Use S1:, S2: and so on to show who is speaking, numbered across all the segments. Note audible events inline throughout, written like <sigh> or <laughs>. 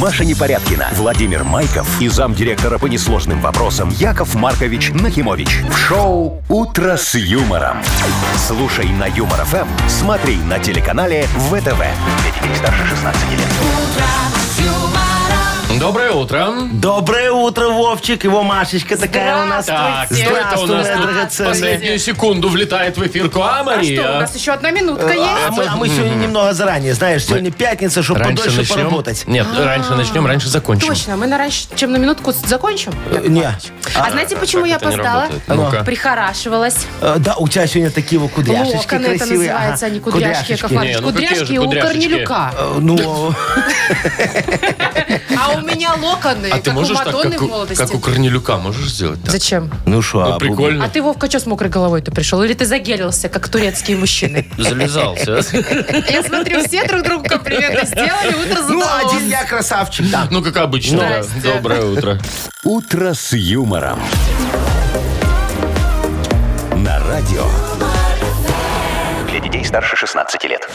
S1: Маша Непорядкина, Владимир Майков и замдиректора по несложным вопросам Яков Маркович Нахимович. В шоу «Утро с юмором». Слушай на Юмор ФМ, смотри на телеканале ВТВ. детей старше 16 лет.
S2: Доброе утро.
S3: Доброе утро, Вовчик. Его Машечка такая у нас.
S2: Так, кто это у нас
S3: Здравствуй, моя
S2: тут
S3: драгоценная.
S2: последнюю секунду влетает в эфирку? А,
S4: А что, у
S2: Мария?
S4: нас еще одна минутка
S3: А
S4: есть?
S3: мы, а мы сегодня немного заранее, знаешь, сегодня пятница, чтобы подольше поработать.
S2: Нет, раньше начнем, раньше закончим.
S4: Точно, мы на раньше, чем на минутку с- закончим.
S3: Э, Не.
S4: А, знаете, почему
S2: как
S4: я
S2: это не
S4: опоздала?
S2: работает? Ну-ка.
S4: Прихорашивалась.
S3: Э, Да, у тебя сегодня такие вот кудряшечки
S4: Локоны это
S3: красивые.
S4: называется, а
S3: ага.
S4: не кудряшки, Яков Маркович.
S2: Не, ну какие же
S4: Кудряшки у
S2: кудряшечки?
S4: Корнелюка.
S3: Э, Ну,
S4: А у меня локоны,
S2: А ты
S4: как у
S2: можешь так,
S4: Мадонны
S2: как
S4: в
S2: у,
S4: молодости.
S2: как у Корнелюка, можешь сделать так?
S4: Зачем?
S3: ну что,
S2: Ну,
S4: А
S2: прикольно.
S4: ты, Вовка, что с мокрой головой-то пришел? Или ты загелился, как
S2: <laughs>
S4: турецкие мужчины?
S2: Залезался.
S4: Я смотрю, все друг другу комплименты сделали, утро
S3: Ну, один
S4: задалось.
S3: я красавчик, да.
S2: <laughs> Ну, как обычно. да.
S4: Здрасте.
S2: Доброе утро.
S1: «Утро с юмором». На радио. Для детей старше 16 лет.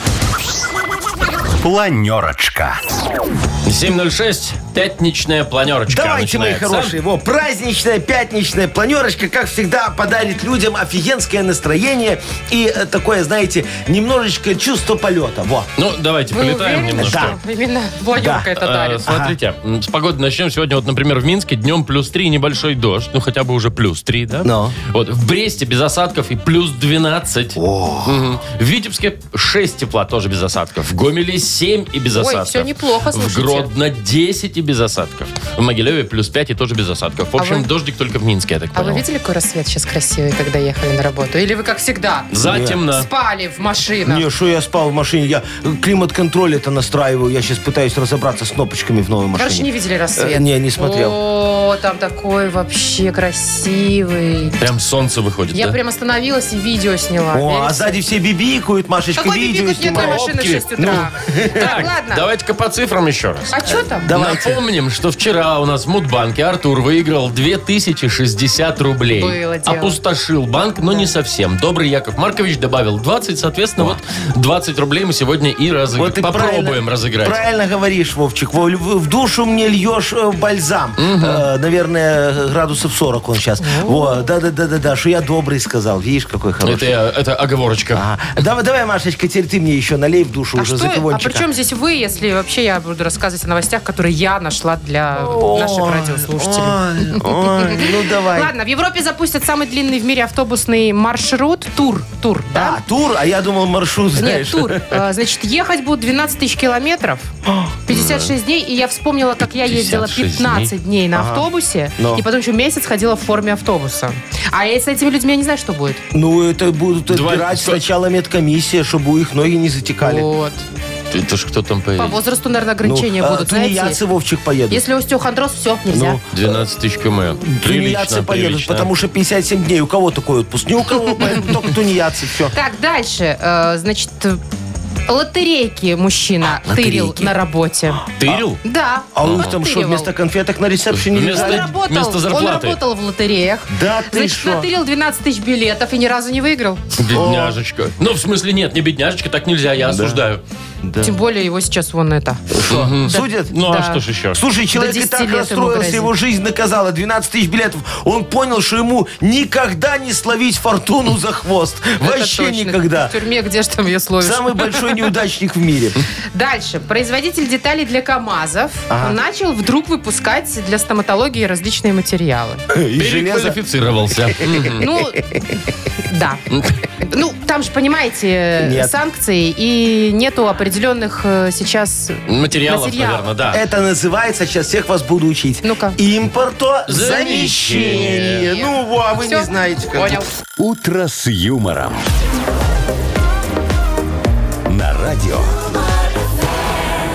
S1: Планерочка.
S2: 7.06. Пятничная планерочка
S3: Давайте, мои
S4: а?
S2: начинается.
S3: хорошие, во, праздничная пятничная планерочка, как всегда, подарит людям офигенское настроение и э, такое, знаете, немножечко чувство полета. Во.
S2: Ну, давайте,
S4: Вы
S2: полетаем
S4: уверены,
S2: немножко.
S4: что Именно планерка
S3: Да.
S4: это
S2: Э,
S4: дарит.
S2: Смотрите, м, с погоды начнем. Сегодня вот, например, в Минске днем плюс 3, небольшой дождь. Ну, хотя бы уже плюс 3, да?
S3: Но.
S2: Вот, в Бресте без осадков и плюс 12. Мгм. В Витебске 6 тепла, тоже без осадков. В Гомеле 7 и без
S4: Ой,
S2: осадков.
S4: всё неплохо,
S2: В
S4: слушайте.
S2: Гродно 10 и без осадков. В Могилеве плюс 5 и тоже без осадков. В общем,
S4: А вы-
S2: дождик только в Минске, я так
S4: А вы
S2: понял.
S4: видели, какой рассвет сейчас красивый, когда ехали на работу? Или вы, как всегда,
S2: Затемно.
S4: спали в машинах?
S3: Не, что я спал в машине, я э, климат-контроль это настраиваю, я сейчас пытаюсь разобраться с кнопочками в новой машине.
S4: Короче, не видели рассвет.
S3: Э, не, не смотрел.
S4: О, там такой вообще красивый.
S2: Прям солнце выходит,
S4: Я
S2: да?
S4: прям остановилась и видео сняла.
S3: О, а
S4: Верите?
S3: сзади все бибикают, Машечка,
S4: Какой
S3: видео
S4: бибикут? Нет, той
S3: снимают.
S4: машины в 6 утра. Так,
S2: Ну, Так,
S4: ладно.
S2: давайте-ка по цифрам еще раз.
S4: А что там?
S3: Давайте.
S2: Напомним, что вчера у нас в Мудбанке Артур выиграл 2060 рублей.
S4: Было дело.
S2: Опустошил банк, но не совсем. Добрый Яков Маркович добавил 20, соответственно, вот 20 рублей мы сегодня и разы-
S3: Вот ты
S2: попробуем
S3: правильно-
S2: разыграть.
S3: Правильно говоришь, Вовчик. Во, ль- В душу мне льешь э, бальзам. Э, Наверное, градусов 40 он сейчас.
S4: Ну.
S3: Во, да-да-да-да-да, что я добрый сказал. Видишь, какой
S2: Это,
S3: хороший.
S2: я- это оговорочка.
S3: Ага. Давай, давай, Машечка, теперь ты мне еще налей в душу
S4: А,
S3: уже
S4: что,
S3: за
S4: а
S3: кавончика.
S4: при чем здесь вы, если вообще я буду рассказывать о новостях, которые я нашла для наших радиослушателей?
S3: Ой, ой, ну давай.
S4: Ладно, в Европе запустят самый длинный в мире автобусный маршрут. Тур, тур, да?
S3: А, тур, а я думал маршрут,
S4: Нет,
S3: знаешь.
S4: тур. Э, Значит, ехать будут 12 тысяч километров,
S3: <gasps>
S4: 56 дней, и я вспомнила, как я ездила
S2: 56
S4: 15 дней на автобусе,
S3: Но.
S4: и потом еще месяц ходила в форме автобуса. А я с этими людьми, я не знаю, что будет.
S3: Ну, это будут
S2: Два-
S3: отбирать
S2: сто-
S3: сначала медкомиссия, чтобы у их ноги не затекали.
S4: Вот.
S3: А.
S2: Это ж кто там
S4: По
S2: поедет?
S4: возрасту, наверное,
S3: Ну,
S4: ограничения
S3: э,
S4: будут,
S3: Тунеядцы,
S4: знаете.
S3: Вовчик, поедут.
S4: Если остеохондроз, все,
S3: Ну.
S4: нельзя.
S2: 12 тысяч км.
S3: Тунеядцы
S2: Прилично,
S3: поедут,
S2: прилично.
S3: потому что 57 дней. У кого такой отпуск? Ни у
S4: <laughs>
S3: кого, поэтому только тунеядцы, все.
S4: Так, дальше. Э, Значит, э, лотерейки мужчина
S3: А,
S4: тырил
S3: лотерейки. <gasps>
S4: на работе.
S2: Тырил?
S4: Да.
S3: А у
S4: он
S3: них там что,
S4: тырил.
S3: вместо конфеток на ресепшене
S2: Вместо-
S4: Он
S2: Зар-
S3: лежат?
S4: работал,
S2: вместо зарплаты.
S4: он работал в лотереях.
S3: Да ты
S4: Значит,
S3: что?
S4: натырил 12 тысяч билетов и ни разу не выиграл.
S2: Бедняжечка. Ну, в смысле, нет, не бедняжечка, так нельзя, я осуждаю.
S4: Тем более его сейчас вон это.
S2: Мгм.
S3: Судят?
S2: Ну, а
S4: Да.
S2: что ж еще?
S3: Слушай, человек и
S4: 10
S3: так
S4: лет ему
S3: расстроился,
S4: грозит.
S3: его жизнь наказала. 12 тысяч билетов. Он понял, что ему никогда не словить фортуну за хвост.
S4: Это
S3: Вообще
S4: точно.
S3: никогда.
S4: В тюрьме где же там ее словишь?
S3: Самый большой неудачник в мире.
S4: Дальше. Производитель деталей для КАМАЗов начал вдруг выпускать для стоматологии различные материалы.
S3: И железо.
S2: Переквалифицировался.
S4: <laughs>
S2: Мгм.
S4: Ну, да. Ну, там же, понимаете,
S3: Нет.
S4: санкции, и нету определенных э, сейчас...
S2: Материалов,
S4: Материал.
S2: наверное, да.
S3: Это называется, сейчас всех вас буду учить.
S4: Ну-ка.
S3: Импортозамещение. Ну, во, а вы
S4: Всё?
S3: не знаете. как
S4: Понял.
S1: «Утро с юмором». На радио.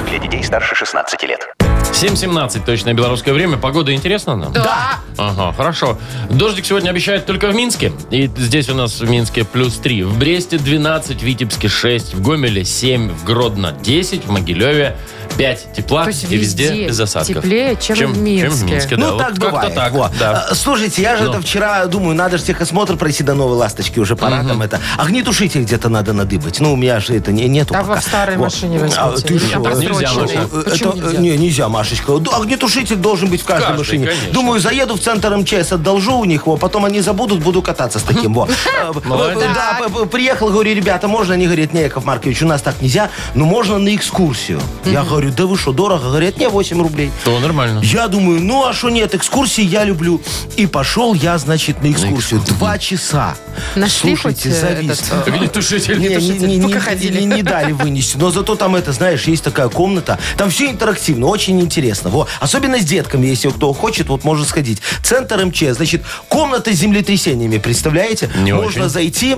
S1: Для детей старше 16 лет.
S2: 7.17 точное белорусское время. Погода интересна нам?
S4: Да.
S2: Ага, хорошо. Дождик сегодня обещают только в Минске. И здесь у нас в Минске плюс 3. В Бресте 12, в Витебске 6, в Гомеле 7, в Гродно 10, в Могилеве 5 тепла
S4: То есть
S2: и везде,
S4: везде
S2: без осадков.
S4: теплее, чем в
S2: Чем в
S4: Минске.
S2: Минске, да.
S3: Ну,
S2: Вот
S3: так
S2: как-то
S3: бывает.
S2: так,
S3: во.
S2: да. Ну.
S3: А, Слушайте, я же
S2: Но.
S3: это вчера думаю, надо же техосмотр пройти до новой ласточки, уже пора там это. Огнетушитель где-то надо надыбать. Ну, у меня же это не, нету
S4: Да
S3: пока.
S4: во старой
S3: Во.
S4: машине возьмите.
S3: А, ты
S4: Я
S3: что?
S4: так
S3: Это-
S2: Нельзя,
S4: срочно.
S2: Маша.
S3: это-
S4: Почему нельзя?
S3: Не, нельзя, Машечка. Д- Огнетушитель должен быть в каждой
S2: каждой,
S3: машине.
S2: конечно.
S3: Думаю, заеду в центр МЧС, одолжу у них, во, потом они забудут, буду кататься с таким.
S2: <laughs>
S3: Во. Э,
S2: Молодец.
S3: э, Да, п- п- приехал, говорю, ребята, можно? Они говорят, не, Яков Маркович, у нас так нельзя, но можно на экскурсию. Я говорю, да вы что, дорого? Говорят, не, 8 рублей.
S2: То нормально.
S3: Я думаю, ну а что нет, экскурсии я люблю. И пошел я, значит, на экскурсию. Два часа.
S4: Нашли
S3: Слушайте,
S4: хоть, э,
S3: завис.
S4: этот,
S2: Огнетушитель.
S3: <laughs> Не, не,
S4: тушитель?
S3: не,
S4: Только
S3: не-
S4: ходили.
S3: не- не дали вынести. Но зато там это, знаешь, есть такая комната. Там все интерактивно, очень интересно. Во. Особенно с детками, если кто хочет, вот может сходить. Центр МЧС, значит, комната с землетрясениями, представляете?
S2: Не
S3: Можно
S2: очень.
S3: зайти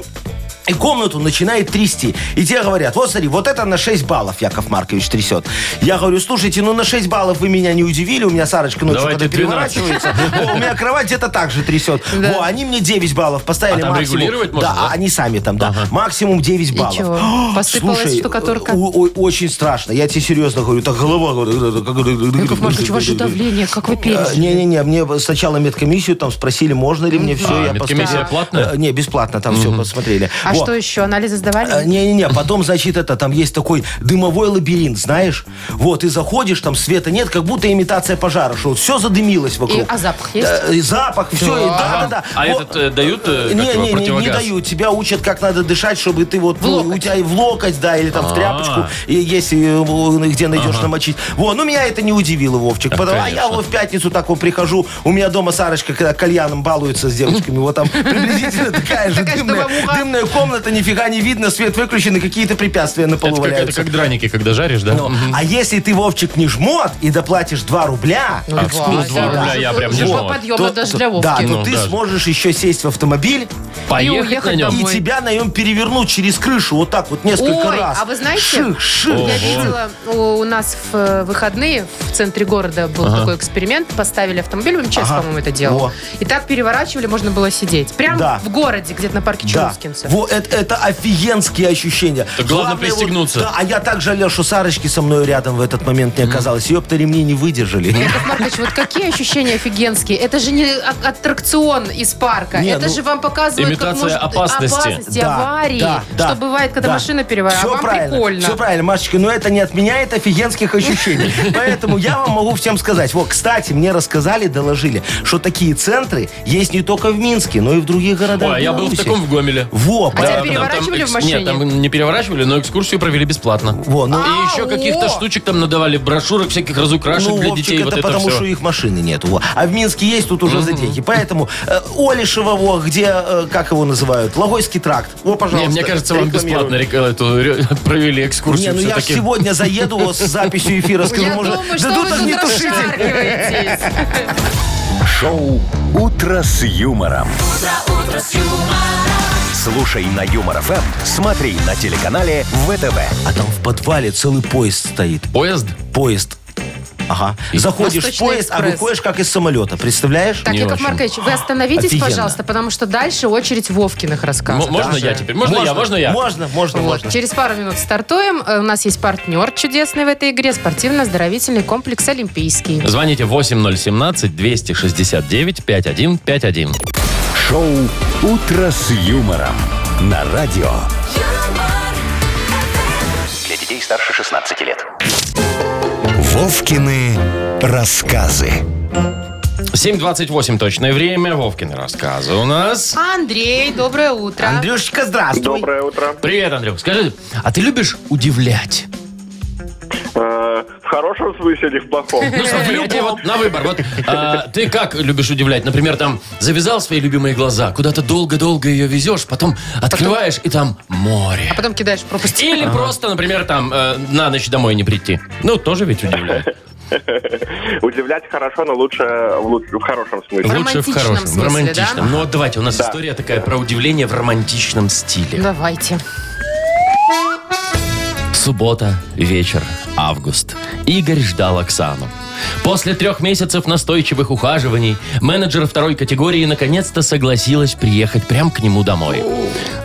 S3: и комнату начинает трясти. И те говорят, вот смотри, вот это на 6 баллов Яков Маркович трясет. Я говорю, слушайте, ну на 6 баллов вы меня не удивили, у меня Сарочка ночью
S2: Давайте
S3: когда
S2: 12.
S3: переворачивается, о, у меня кровать где-то так же трясет.
S4: Да.
S3: Во, они мне 9 баллов поставили
S2: А там
S3: максимум.
S2: регулировать можно,
S3: Да,
S2: да?
S3: а они сами там, да. Максимум 9 баллов.
S4: чего? Посыпалась
S3: Слушай,
S4: штукатурка?
S3: о- о- очень страшно. Я тебе серьезно говорю. Так голова...
S4: Яков Маркович, ваше давление, как вы
S3: Э,
S4: пережили?
S3: Не-не-не, мне сначала медкомиссию там спросили, можно ли мне все.
S2: А,
S3: я
S2: медкомиссия
S3: поставил.
S2: платная?
S3: Э, Не, бесплатно, там все посмотрели.
S4: А
S3: Во.
S4: что еще, анализы
S3: Э,
S4: сдавали?
S3: Не-не-не, потом, значит, это, там есть такой дымовой лабиринт, знаешь? Вот, и заходишь, там света нет, как будто имитация пожара, что вот все задымилось
S4: И,
S3: вокруг.
S4: а запах есть?
S3: Э, и запах, все, и да-да-да.
S2: А этот э, дают э, как
S3: Не,
S2: его,
S3: не, не, не
S2: противогаз?
S3: дают. Тебя учат, как надо дышать, чтобы ты вот,
S4: В
S3: ну,
S4: локоть.
S3: у тебя и в локоть, да, или там
S2: А.
S3: в тряпочку, и если э, где найдешь намочить. Вот, ну меня это не удивило, Вовчик. потому- а я
S2: конечно.
S3: вот в пятницу так вот прихожу, у меня дома Сарочка, когда кальяном балуется с девочками, вот
S2: <laughs>
S3: там приблизительно такая же
S4: Такая же
S3: дымная
S4: домовуха.
S3: дымная комната, нифига не видно, свет выключен, и какие-то препятствия на полу
S2: Это как, это
S3: валяются.
S2: как драники, когда жаришь, да?
S3: Ну, А если ты, Вовчик, не жмот и доплатишь 2 рубля,
S4: Ну,
S2: а, ну, два
S4: да.
S2: рубля я прям не
S4: Жопа
S2: жмот.
S4: подъемна даже для Вовки.
S3: да, то
S2: Ну,
S3: ты
S2: даже.
S3: сможешь еще сесть в автомобиль
S2: Поехать на
S4: уехать
S2: нем.
S4: домой.
S3: и
S4: Ой.
S3: тебя на нем перевернуть через крышу вот так вот несколько
S4: Ой,
S3: раз.
S4: а вы знаете-
S3: Шик, шик.
S4: Я видела, у, у нас в э, выходные в центре города был такой эксперимент. Поставили автомобиль, в МЧС,
S3: Ага.
S4: по-моему, это делал.
S3: Во.
S4: И так переворачивали, можно было сидеть. Прям
S3: Да.
S4: в городе, где-то на парке
S3: Да.
S4: Челускинцев.
S3: Во, это, это офигенские ощущения.
S2: Так главное пристегнуться.
S3: да, а я так жалел, что Сарочки со мной рядом в этот момент не оказалось. Ее-то ремни не выдержали.
S4: Яков Маркович, вот какие ощущения офигенские. Это же не а- аттракцион из парка.
S3: Не,
S4: это
S3: ну,
S4: же вам показывают, как
S2: имитация
S4: может
S2: опасности.
S4: опасности,
S3: Да,
S4: аварии.
S3: да, да,
S4: что бывает, когда
S3: да.
S4: машина переворачивает.
S3: Всё
S4: А вам
S3: правильно,
S4: прикольно.
S3: Все правильно, Машечка, но это не отменяет офигенских
S4: <laughs>
S3: ощущений. Поэтому я вам могу всем сказать. Вот, кстати, мне рассказали, доложили, что такие центры есть не только в Минске, но и в других городах.
S2: Ой, а я был в
S3: Беларуси.
S2: таком в Гомеле.
S3: Во,
S4: А тебя
S2: Да,
S3: правильно.
S4: переворачивали
S2: экс-
S4: в машине?
S2: Нет, там не переворачивали, но экскурсию провели бесплатно.
S3: Во,
S4: А,
S3: ну-
S2: И еще
S4: Ау!
S2: каких-то штучек там надавали, брошюрок всяких разукрашек
S3: Ну,
S2: для
S3: Вовчик,
S2: детей.
S3: это
S2: вот это
S3: потому,
S2: все.
S3: что их машины нету. Во. А в Минске есть, тут уже за деньги. Поэтому э, Олешево, во, где, э, как его называют, Логойский тракт. О, пожалуйста.
S2: Не, мне кажется, вам
S3: рекламирую.
S2: бесплатно рек- эту ре- <laughs> провели
S3: Не,
S2: экскурсию
S3: ну я ж
S2: все-таки.
S3: сегодня заеду вот с записью эфира, скажу,
S4: Я
S3: Ну, может,
S4: думаю, что
S3: дадут
S4: вы тут
S3: огнетушитель.
S4: расшаркиваетесь.
S1: Шоу «Утро с юмором». Слушай на Юмор ФМ, смотри на телеканале ВТВ.
S3: А там в подвале целый поезд стоит.
S2: Поезд?
S3: Поезд. Ага. Заходишь в
S4: Восточный
S3: поезд, а
S4: экспресс.
S3: выходишь как из самолета. Представляешь?
S4: Так,
S2: Не
S4: Яков
S2: очень.
S4: Маркович, вы остановитесь,
S3: Офигенно.
S4: пожалуйста, потому что дальше очередь Вовкиных
S2: М-
S4: рассказов.
S2: можно я теперь? Можно, я? Можно я?
S3: Можно, можно,
S4: Вот.
S3: можно.
S4: Через пару минут стартуем. Э, У нас есть партнер чудесный в этой игре. Спортивно-оздоровительный комплекс «Олимпийский».
S2: Звоните 8017-269-5151.
S1: Шоу «Утро с юмором» на радио.
S5: Для детей старше 16 лет.
S1: Вовкины рассказы.
S2: 7.28 точное время. Вовкины рассказы у нас.
S4: Андрей, доброе утро.
S3: Андрюшечка, здравствуй.
S6: Доброе утро.
S2: Привет, Андрюх. Скажи, а ты любишь удивлять?
S6: Э, В хорошем смысле или
S2: <laughs>
S6: в плохом?
S2: Ну, смотри, я тебе вот на выбор. Вот а, ты как любишь удивлять? Например, там завязал свои любимые глаза, куда-то долго-долго ее везешь, потом открываешь, и там море.
S4: А потом кидаешь пропусти.
S2: Или просто, например, там э, на ночь домой не прийти. Ну, тоже ведь удивляет.
S6: Удивлять хорошо, но лучше в, луч- в хорошем смысле.
S2: Лучше в
S4: романтичном
S2: хорошем, в
S4: смысле,
S2: романтичном.
S4: да?
S2: Ну, вот давайте, у нас
S6: Да.
S2: история такая про удивление в романтичном стиле.
S4: Давайте.
S2: Суббота, вечер, август. Игорь ждал Оксану. После трех месяцев настойчивых ухаживаний менеджер второй категории наконец-то согласилась приехать прямо к нему домой.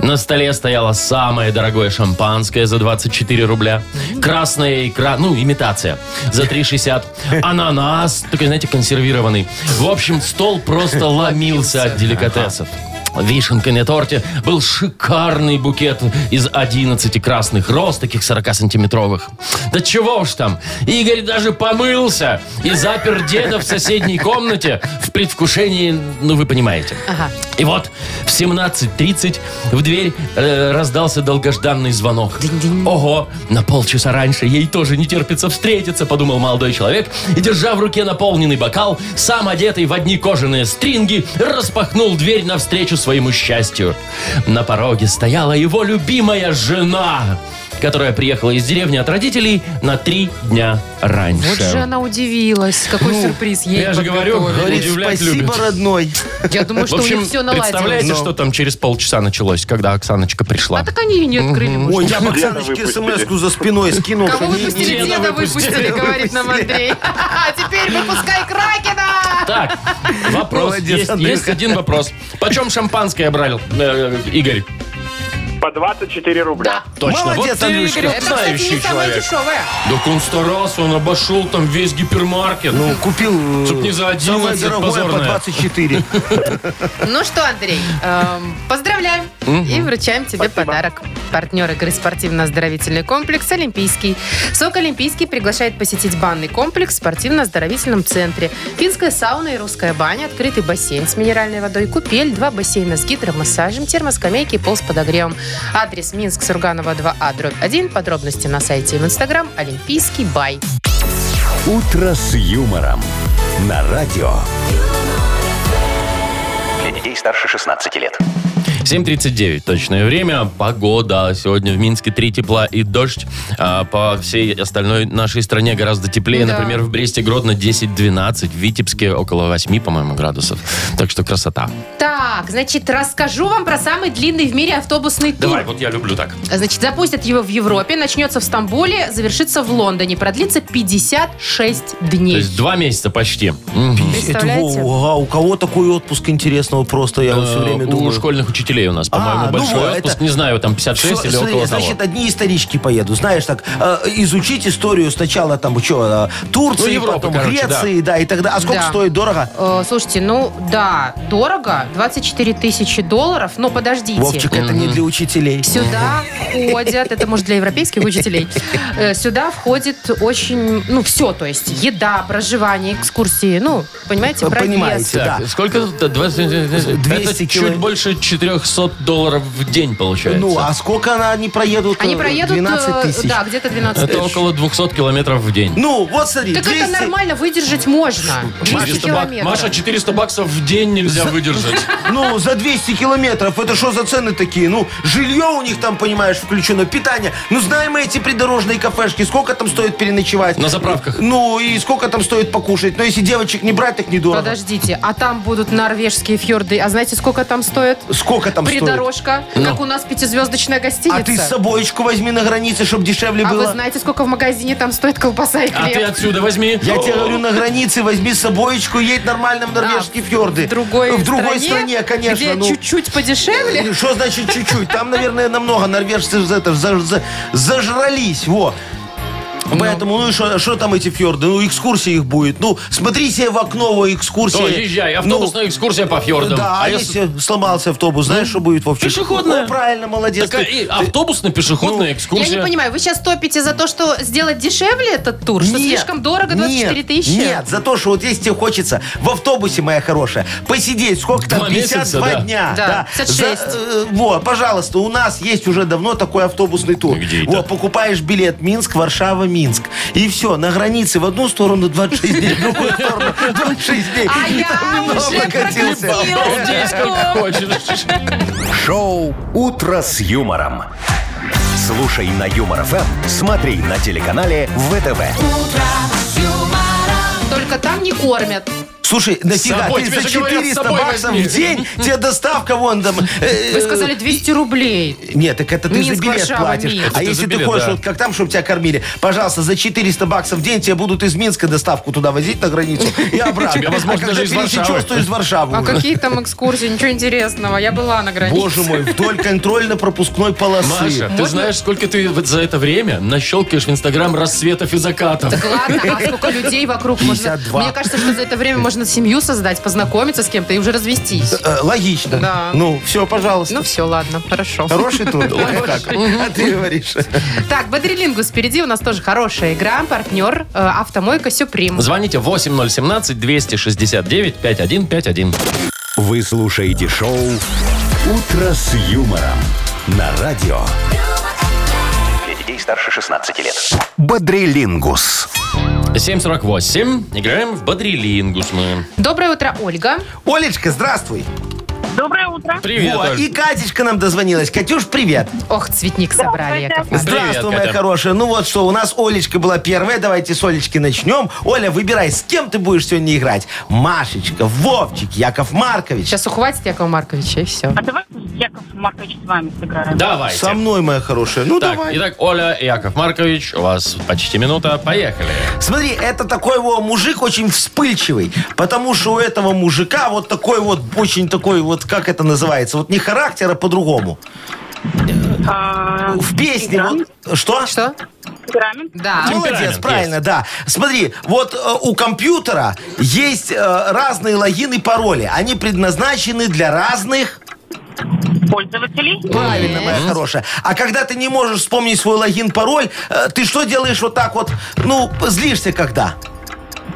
S2: На столе стояло самое дорогое шампанское за 24 рубля. Красная икра, ну, имитация, за 3,60. Ананас, такой, знаете, консервированный. В общем, стол просто ломился от деликатесов. Вишенкой на торте был шикарный букет из 11 красных роз, таких 40-сантиметровых. Да чего уж там. Игорь даже помылся и запер деда в соседней комнате в предвкушении, ну вы понимаете.
S4: Ага.
S2: И вот в 17.30 в дверь э, раздался долгожданный звонок. Ого, на полчаса раньше ей тоже не терпится встретиться, подумал молодой человек. И, держа в руке наполненный бокал, сам одетый в одни кожаные стринги, распахнул дверь навстречу своему счастью. На пороге стояла его любимая жена, которая приехала из деревни от родителей на три дня раньше.
S4: Вот же она удивилась. Какой сюрприз ей
S2: Ну, я же говорю,
S4: подготовили.
S3: Говорит,
S2: удивлять
S3: спасибо,
S2: любит.
S3: родной.
S4: Я думаю,
S2: В
S4: что у
S2: общем,
S4: них все наладилось. Ну,
S2: представляете, что там через полчаса началось, когда Оксаночка пришла?
S4: А так они и не открыли. может.
S3: Ой, я
S6: Деда
S3: Оксаночке
S6: выпустили.
S3: смс-ку за спиной скинул.
S4: Кого
S3: что не- не-
S4: выпустили,
S2: деда
S4: деда выпустили,
S2: выпустили.
S4: говорит нам Андрей. <laughs> А теперь выпускай Кракена!
S2: Так, вопрос.
S3: Молодец,
S2: Есть,
S3: Андрюха.
S2: есть один вопрос. Почем шампанское брал, э, Игорь?
S6: По 24 рубля.
S2: Точно.
S3: Молодец,
S2: вот ты,
S3: Андрюшка.
S2: Игорь,
S4: Это, кстати,
S2: знающий
S4: не самое
S2: человек.
S4: дешевое.
S2: Так он старался, он обошел там весь гипермаркет.
S3: Ну, купил э,
S2: Чтоб не за 11
S3: самое дорогое по
S2: позорное.
S3: 24.
S4: Ну что, Андрей, эм, поздравляем и вручаем тебе подарок. Партнер игры «Спортивно-оздоровительный комплекс Олимпийский». СОК «Олимпийский» приглашает посетить банный комплекс в спортивно-оздоровительном центре. Финская сауна и русская баня, открытый бассейн с минеральной водой, купель, два бассейна с гидромассажем, термоскамейки и пол с подогревом. Адрес Минск, Сурганова 2А, дробь 1. Подробности на сайте и в Инстаграм «Олимпийский бай».
S1: «Утро с юмором» на радио.
S5: Для детей старше 16 лет.
S2: 7.39 точное время. Погода. Сегодня в Минске 3 тепла и дождь. А по всей остальной нашей стране гораздо теплее.
S4: Да.
S2: Например, в Бресте Гродно 10-12, в Витебске около 8, по-моему, градусов. Так что красота.
S4: Так, значит, расскажу вам про самый длинный в мире автобусный тур.
S2: Давай, вот я люблю так.
S4: Значит, запустят его в Европе, начнется в Стамбуле, завершится в Лондоне. Продлится 56
S2: То
S4: дней.
S2: есть два месяца почти. Мгм.
S3: Это,
S4: Представляете?
S3: во, а у кого такой отпуск интересного? Просто я вот все
S2: Э,
S3: время
S2: У
S3: думаю.
S2: школьных учителей у нас,
S3: А,
S2: по-моему,
S3: ну
S2: большой
S3: вот,
S2: отпуск.
S3: это-
S2: Не знаю, там 56
S3: Всё,
S2: или
S3: смотри,
S2: около
S3: значит,
S2: того.
S3: одни исторички поеду. Знаешь, так, э, изучить историю сначала там, что, Турции,
S2: Ну, Европа,
S3: потом
S2: короче,
S3: Греции, да. и так далее. А сколько
S4: Да.
S3: стоит дорого?
S4: Э, слушайте, ну да, дорого, 24 тысячи долларов, но подождите.
S3: Вовчик, это не для учителей.
S4: Сюда входят, это может для европейских учителей, э, сюда входит очень, ну все, то есть еда, проживание, экскурсии, ну, понимаете, проезд.
S3: Понимаете, да.
S2: Так, сколько? тут? 20,
S3: 200
S2: это чуть
S3: кило-
S2: больше 400 долларов в день получается.
S3: Ну, а сколько она- они проедут?
S4: Они
S3: э,
S4: проедут, э,
S3: 12 тысяч.
S4: да, где-то 12
S2: Это
S4: тысяч.
S2: около 200 километров в день.
S3: Ну, вот смотри,
S4: Так
S3: 200
S4: это нормально, выдержать можно. 200
S2: 400 бак-
S4: километров.
S2: Маша, 400 баксов в день нельзя выдержать.
S3: <laughs> Ну, за 200 километров, это что за цены такие? Ну, жилье у них там, понимаешь, включено, питание. Ну, знаем мы эти придорожные кафешки, сколько там стоит переночевать.
S2: На заправках.
S3: Ну, и сколько там стоит покушать. Но если девочек не брать, так недорого.
S4: Подождите, а там будут норвежские фьорды. А знаете, сколько там стоит?
S3: Сколько там стоит?
S4: Придорожка, как у нас пятизвездочная гостиница.
S3: Ну. А ты с собоечку возьми на границе, чтобы дешевле
S4: А вы
S3: было.
S4: знаете, сколько в магазине там стоит колбаса и
S2: А ты
S4: хлеб?
S2: отсюда возьми.
S3: Я тебе говорю, на границе возьми с собоечку, едь нормально в норвежские фьорды.
S4: В другой,
S3: В другой стране, конечно.
S4: Где
S3: ну.
S4: чуть-чуть подешевле?
S3: Что значит чуть-чуть? Там, наверное, намного. Норвежцы за это, за- за- зажрались, во. Поэтому, ну и что там эти фьорды? Ну, экскурсия их будет. Ну, смотри себе в окно, во, экскурсия.
S2: О, езжай, автобусная экскурсия по
S3: Ну,
S2: фьордам.
S3: да, а
S2: если-
S3: если сломался автобус, знаешь, что будет, Вовчик?
S2: Ну, пешеходная.
S3: Ну, правильно, молодец.
S2: Так, а
S3: ты.
S2: и автобусная
S3: Ну,
S2: пешеходная
S4: Я
S2: экскурсия.
S4: не понимаю, вы сейчас топите за то, что сделать дешевле этот тур? Что
S3: Нет,
S4: слишком дорого 24
S3: нет,
S4: тысячи?
S3: Нет, за то, что вот если тебе хочется в автобусе, моя хорошая, посидеть сколько
S2: Два
S3: там, 52
S2: месяца, да.
S3: дня.
S4: Да,
S3: да,
S4: 56.
S3: За, э, вот, пожалуйста, у нас есть уже давно такой автобусный тур.
S2: Где это?
S3: Вот, покупаешь билет Минск, Варшава, Минск. И все, на границе в одну сторону 26 дней, в другую сторону 26 дей. <laughs>
S4: А
S3: И там
S4: я
S3: немного
S4: уже
S3: катился.
S2: Обалдеть,
S4: прокатилась.
S2: как хочешь.
S1: Шоу «Утро с юмором». Слушай на Юмор ФМ, смотри на телеканале ВТВ.
S4: Только там не кормят.
S3: Слушай, нафига,
S2: собой,
S3: ты
S2: тебе
S3: за
S2: же говорят, с
S3: 400
S2: собой
S3: баксов
S2: возьми.
S3: в день тебе доставка вон там... э,
S4: Вы сказали 200 рублей.
S3: Нет, так это ты
S4: Минск,
S3: за билет
S4: Варшава,
S3: платишь.
S4: Минск.
S2: Это
S3: А
S2: ты за
S3: если ты
S2: билет,
S3: хочешь,
S2: да.
S3: вот как там, чтобы тебя кормили, пожалуйста, за 400 баксов в день тебе будут из Минска доставку туда возить на границу и обратно.
S2: Тебя, возможно,
S3: а когда
S2: даже из
S3: пересечешь,
S2: Варшавы.
S3: то из Варшавы
S4: А
S3: уже.
S4: какие там экскурсии? Ничего интересного. Я была на границе.
S3: Боже мой, вдоль контрольно-пропускной полосы.
S2: Маша, ты
S4: Можно?
S2: знаешь, сколько ты вот за это время нащелкаешь в Инстаграм рассветов и закатов?
S4: Так ладно, а сколько людей вокруг можно...
S3: 52.
S4: Мне кажется, что за это время можно семью создать, познакомиться с кем-то и уже развестись.
S3: Э, Логично.
S4: Да.
S3: Ну, все, пожалуйста.
S4: Ну все, ладно, хорошо.
S3: Хороший
S4: <laughs>
S3: тур. Лайфхак. А ты говоришь.
S4: Так, Бодрилингус впереди. У нас тоже хорошая игра. Партнер э, «Автомойка Сюприм».
S2: Звоните 8017-269-5151.
S1: Вы слушаете шоу «Утро с юмором» на радио
S5: Для детей старше 16 лет.
S1: «Бодрилингус».
S2: 748. Играем в Бодрилингус мы.
S4: Доброе утро, Ольга.
S3: Олечка, здравствуй.
S7: Доброе утро.
S2: Привет,
S3: Во,
S2: Оль.
S3: и Катечка нам дозвонилась. Катюш, привет.
S4: Ох, цветник собрали, Яков Маркович.
S2: Привет,
S3: Здравствуй, моя
S2: Катя.
S3: хорошая. Ну вот что, у нас Олечка была первая. Давайте с Олечки начнем. Оля, выбирай, с кем ты будешь сегодня играть. Машечка, Вовчик, Яков Маркович.
S4: Сейчас ухватит Якова Марковича и все.
S7: А давайте, Яков Маркович, с вами сыграем.
S2: Давайте.
S3: Со мной, моя хорошая. Ну
S2: так,
S3: давай.
S2: итак, Оля и Яков Маркович, у вас почти минута. Поехали.
S3: Смотри, это такой его мужик очень вспыльчивый, потому что у этого мужика вот такой вот, очень такой вот, как это называется, вот не характер, а по-другому.
S7: А,
S3: В песне
S7: темперамент-
S3: вот... Что?
S4: Что?
S7: темперамент.
S4: Да.
S3: А, Молодец,
S2: Темперамент
S3: правильно, да. Смотри, вот э, у компьютера есть э, разные логины и пароли. Они предназначены для разных...
S7: Пользователей.
S3: Правильно, моя хорошая. А когда ты не можешь вспомнить свой логин, пароль, э, ты что делаешь вот так вот? Ну, злишься когда?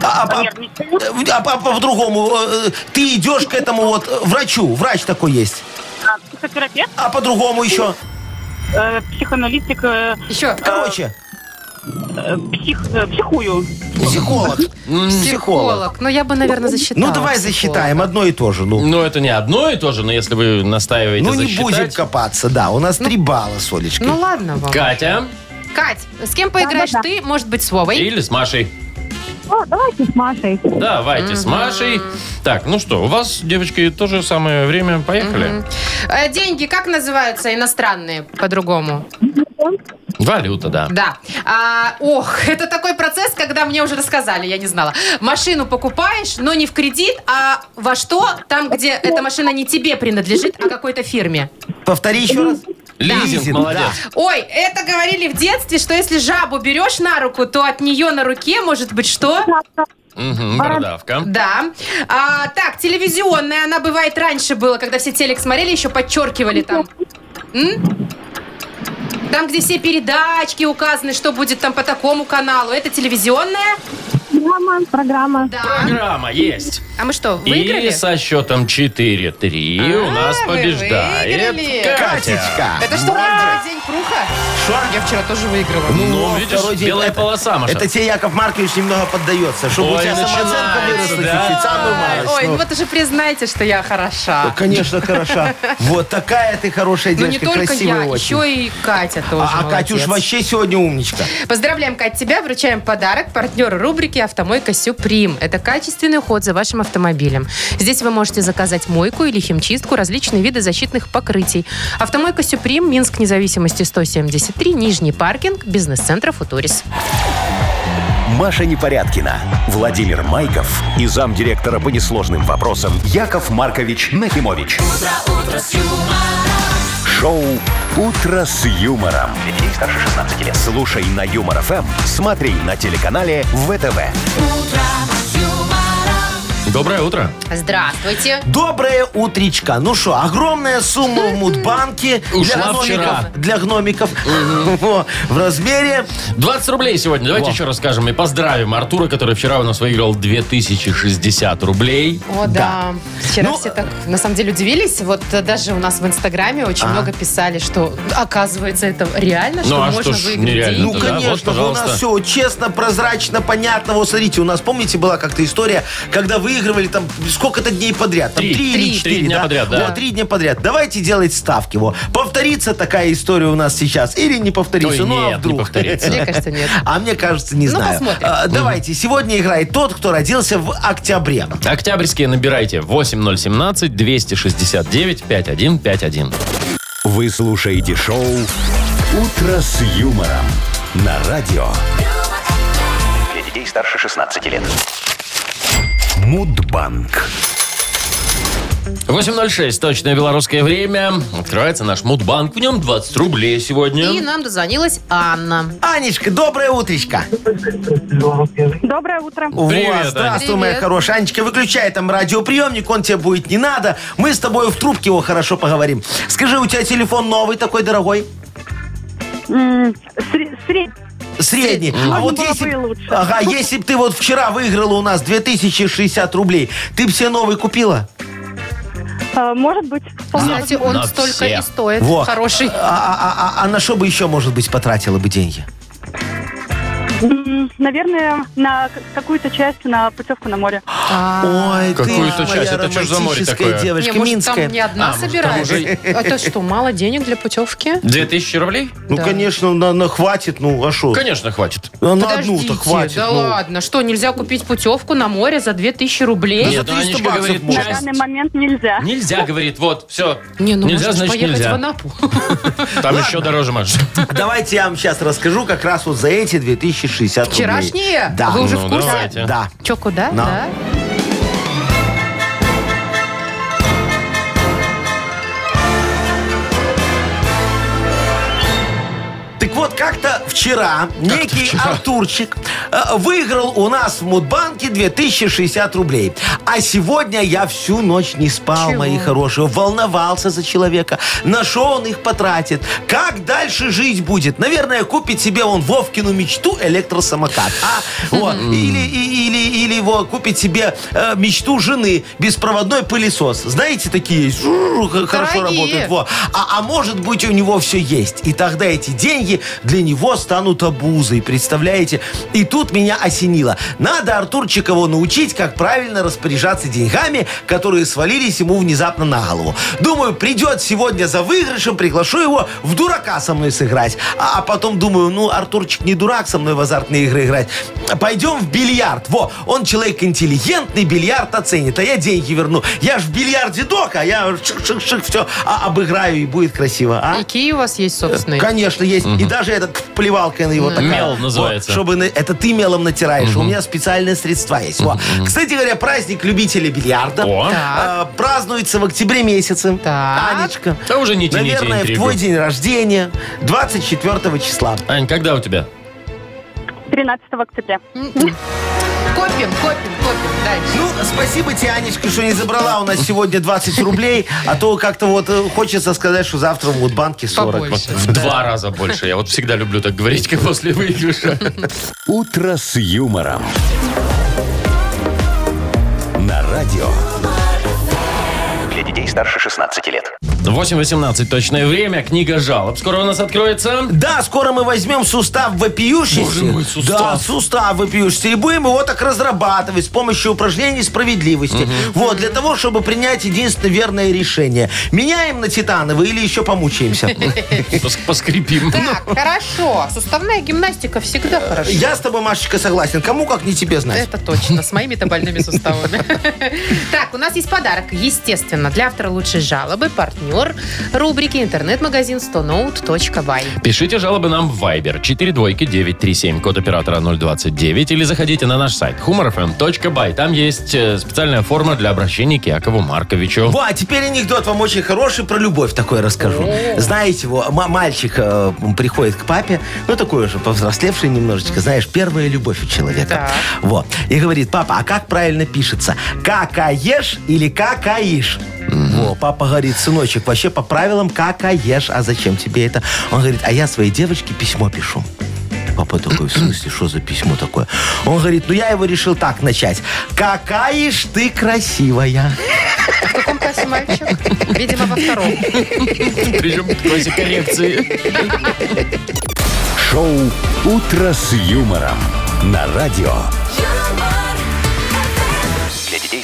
S3: А, а,
S7: Нервничаю.
S3: а, а, а по-другому, э, ты идешь к этому вот э, врачу, врач такой есть.
S7: А, Психотерапевт,
S3: А по-другому еще.
S7: э, психоаналитик, э,
S4: Еще.
S3: Короче,
S7: э, псих, э, психую.
S3: психолог. Психолог.
S4: Психолог. Ну, я бы, наверное, засчитала.
S3: Ну, давай
S4: психолога.
S3: засчитаем одно и то же. Ну,
S2: Ну, это не одно и то же, но если вы настаиваете
S3: Ну, не
S2: засчитать.
S3: будем копаться, да. У нас три балла с Олечкой.
S4: Ну, ладно вам.
S2: Катя
S4: Кать, с кем поиграешь
S8: Да-да-да.
S4: ты? Может быть, с Вовой?
S2: или с Машей?
S8: О, давайте с Машей.
S2: Давайте с Машей. Так, ну что, у вас, девочки, то же самое время. Поехали.
S4: Э, Деньги как называются иностранные по-другому?
S2: Валюта, да.
S4: Да. А, ох, <laughs> это такой процесс, когда мне уже рассказали, я не знала. Машину покупаешь, но не в кредит, а во что? Там, где эта машина не тебе принадлежит, а какой-то фирме.
S3: Повтори еще раз.
S2: Лизинг,
S3: Лизинг,
S2: молодец.
S4: Ой, это говорили в детстве, что если жабу берешь на руку, то от нее на руке может быть что?
S2: Мгм, бородавка.
S4: Да. А, так, телевизионная, она бывает раньше была, когда все телек смотрели, еще подчеркивали там. М? Там, где все передачки указаны, что будет там по такому каналу. Это телевизионная?
S8: Программа, программа.
S4: Да.
S2: Программа есть.
S4: А мы что, выиграли?
S2: И со счетом 4-3 у
S4: А,
S2: нас
S4: вы
S2: побеждает
S4: выиграли.
S2: Катя.
S3: Катечка.
S4: Э, Это что, правда, день круха?
S3: Шо?
S4: Я вчера тоже выиграла.
S2: Ну,
S3: О,
S2: видишь,
S3: второй день.
S2: белая
S3: Это-
S2: полоса, Маша.
S3: Это тебе Яков Маркович немного поддается, чтобы
S2: Ой,
S3: у тебя самооценка
S2: начинается,
S3: выросла
S2: да.
S3: чуть-чуть, самую
S4: Ой,
S3: малость.
S4: Ой,
S3: ну. А,
S4: ну вот уже признайте, что я хороша.
S3: Конечно, хороша. Вот такая ты хорошая
S4: Ну не
S3: девочка,
S4: только я,
S3: красивая очень.
S4: еще и Катя тоже
S3: А а Катюш
S4: молодец.
S3: вообще сегодня умничка.
S4: Поздравляем, Кать, тебя. Вручаем подарок партнеру рубрики «Автомойка Сюприм». Это качественный уход за вашим автомобилем. Здесь вы можете заказать мойку или химчистку, различные виды защитных покрытий. «Автомойка Сюприм», Минск, независимости 173, Нижний паркинг, бизнес-центр «Футурис».
S1: Маша Непорядкина, Владимир Майков и замдиректора по несложным вопросам Яков Маркович Нахимович. Шоу «Утро с юмором».
S5: Для детей старше 16 лет.
S1: Слушай на Юмор ФМ, смотри на телеканале ВТВ.
S2: Доброе утро.
S4: Здравствуйте.
S3: Доброе утречка. Ну что, огромная сумма в Мудбанке
S2: Ушла
S3: для гномиков.
S2: вчера.
S3: Для гномиков. <laughs> Во, В размере
S2: 20 рублей сегодня. Давайте
S3: Во.
S2: еще расскажем и поздравим Артура, который вчера у нас выиграл 2060 рублей.
S4: О, да.
S3: Да.
S4: Вчера
S3: Ну,
S4: все так, на самом деле, удивились. Вот э, даже у нас в Инстаграме очень много писали, что оказывается это реально, что
S2: а что
S4: можно
S2: ж
S4: выиграть
S2: нереально?
S4: деньги.
S3: Ну,
S2: Да, вот,
S3: конечно, же, у
S2: пожалуйста.
S3: нас все честно, прозрачно, понятно. Вот смотрите, у нас, помните, была как-то история, когда выиграли выигрывали там сколько-то дней подряд. Там
S2: Три.
S3: три,
S2: Три.
S3: или
S2: Три
S3: четыре.
S2: дня
S3: да?
S2: подряд, да.
S3: Вот, три дня подряд. Давайте делать ставки. Во. Повторится такая история у нас сейчас или не повторится?
S2: Ой,
S3: ну,
S2: нет, не
S3: а вдруг?
S2: повторится. <laughs>
S4: Мне кажется, нет.
S3: <laughs> А мне кажется, не
S4: Ну,
S3: знаю.
S4: посмотрим.
S3: А, давайте, сегодня играет тот, кто родился в октябре.
S2: Октябрьские набирайте 8017-269-5151.
S1: Вы слушаете шоу «Утро с юмором» на радио
S5: Для детей старше 16 лет.
S1: Мудбанк.
S2: 8.06, точное белорусское время. Открывается наш мудбанк. В нем 20 рублей
S4: И
S2: сегодня.
S4: нам дозвонилась Анна.
S3: Анечка, доброе утречко.
S8: Доброе утро.
S2: Привет,
S3: Во, здравствуй,
S4: Аня.
S3: моя
S4: Привет.
S3: хорошая. Анечка, выключай там радиоприемник, он тебе будет не надо. Мы с тобой в трубке его хорошо поговорим. Скажи, у тебя телефон новый такой дорогой?
S8: М, сре- сре-
S3: Средний. А
S8: Можно
S3: вот
S8: было
S3: если,
S8: бы и лучше.
S4: <laughs>
S3: ага, если б ты вот вчера выиграла у нас 2060 рублей, ты бы себе новый купила?
S8: э, Может быть, вполне
S4: Кстати, он
S2: на
S4: столько
S2: все.
S4: и стоит.
S3: Во.
S4: Хороший.
S3: А, а- а- а на что бы еще, может быть, потратила бы деньги?
S8: М, Наверное, на к- какую-то часть на путевку на море.
S4: А.
S3: Ой,
S2: Какую-то
S3: ты
S2: часть? Это чё ж за море
S3: романтическая
S2: такое?
S3: девочка,
S4: Не, может,
S3: минская.
S4: там не одна
S2: А, может, там
S4: собирается? Это что, мало денег для путевки?
S2: 2000 рублей?
S3: Ну,
S4: Да.
S3: конечно, на, на хватит, ну, а что?
S2: Конечно, хватит.
S3: На
S4: Подождите,
S3: одну-то хватит.
S4: да
S3: ну.
S4: ладно. Что, нельзя купить путевку на море за 2000 рублей?
S3: за
S2: Нет,
S3: 300
S2: Анечка
S3: баксов
S2: говорит,
S3: можно.
S8: На
S2: часть.
S8: данный момент нельзя.
S2: Нельзя, говорит, вот, все.
S4: Не, ну
S2: нельзя,
S4: можно ж
S2: значит,
S4: поехать в
S2: нельзя. <laughs>
S4: Анапу.
S2: Там еще дороже, Маш.
S4: <laughs>
S3: <laughs> Давайте я вам сейчас расскажу как раз вот за эти 2060 рублей.
S4: Вчерашние? А
S3: Да.
S4: Вы уже
S2: Ну,
S4: в курсе?
S2: давайте.
S3: Да.
S4: Че, куда?
S3: На.
S4: Да.
S3: Так вот, как-то вчера некий Артурчик э, выиграл у нас в Мудбанке 2060 рублей. А сегодня я всю ночь не спал,
S4: Чего?
S3: мои хорошие. Волновался за человека. На что он их потратит? Как дальше жить будет? Наверное, купит себе он Вовкину мечту электросамокат. А? Вот. Или, и- или, или его купит себе э, мечту жены беспроводной пылесос. Знаете, такие есть? Жу, Хорошо
S4: Дорогие.
S3: работают. Во. А, а может быть, у него все есть. И тогда эти деньги для него станут обузой, представляете? И тут меня осенило. Надо Артурчика его научить, как правильно распоряжаться деньгами, которые свалились ему внезапно на голову. Думаю, придет сегодня за выигрышем, приглашу его в дурака со мной сыграть. А, а потом думаю, ну, Артурчик не дурак со мной в азартные игры играть. Пойдем в бильярд. Во, он человек интеллигентный, бильярд оценит, а я деньги верну. Я ж в бильярде док, а я шик-шик-шик все обыграю и будет красиво. А?
S4: Какие у вас есть собственные?
S3: Конечно, есть. И даже этот плевалка на его такая.
S2: Мел называется.
S3: Вот, чтобы на- это ты мелом натираешь. У меня специальные средства есть. Во. Кстати говоря, праздник любителей бильярда
S2: О.
S3: а, празднуется в октябре месяце.
S4: Так.
S3: Анечка.
S2: Да уже не тяните
S3: Наверное, в
S2: интригу.
S3: твой день рождения, 24 числа.
S2: Ань, когда у тебя?
S8: 13 октября.
S4: М-м. Копим, копим, копим. Дальше.
S3: Ну, спасибо тебе, Анечка, что не забрала у нас сегодня 20 рублей, а то как-то вот э, хочется сказать, что завтра в Мудбанке 40.
S4: Побольше.
S2: В два раза больше. Я вот всегда люблю так говорить, как после
S4: <laughs>
S2: выигрыша.
S1: «Утро с юмором». На радио
S5: Для детей старше 16 лет.
S2: 8.18 точное время. Книга жалоб. Скоро у нас откроется.
S3: Да, скоро мы возьмем сустав вопиющийся.
S2: Боже мой, сустав.
S3: Да, сустав вопиющийся. И будем его так разрабатывать с помощью упражнений справедливости. Вот, для того, чтобы принять единственное верное решение. Меняем на титановый или
S2: <laughs>
S3: еще помучаемся?
S2: Пос-
S4: <laughs>
S2: Поскрипим.
S4: Так, хорошо. Суставная гимнастика всегда
S2: Э,
S4: хорошо.
S3: Я с тобой, Машечка, согласен. Кому как не тебе знать.
S4: Это точно, с моими-то больными суставами. <laughs> Так, у нас есть подарок. Естественно, для автора лучшей жалобы партнер рубрики интернет-магазин 100note.by.
S2: Пишите жалобы нам в Viber 42937, код оператора 029, или заходите на наш сайт humorfm.by. Там есть э, специальная форма для обращения к Якову Марковичу.
S3: Во, а теперь анекдот вам очень хороший про любовь такой расскажу. Знаете, его мальчик э, приходит к папе, ну такой уже повзрослевший немножечко, знаешь, первая любовь у человека. Вот. И говорит, папа, а как правильно пишется? Какаешь или какаиш? Во, папа говорит, сыночек, вообще по правилам какаешь, а зачем тебе это? Он говорит, а я своей девочке письмо пишу. Папа такой, в смысле, что за письмо такое? Он говорит, ну я его решил так начать. Какаешь ты красивая.
S4: В каком классе мальчик? Видимо, во втором.
S2: Причем в классе коррекции.
S1: шоу «Утро с юмором» на радио
S5: Для детей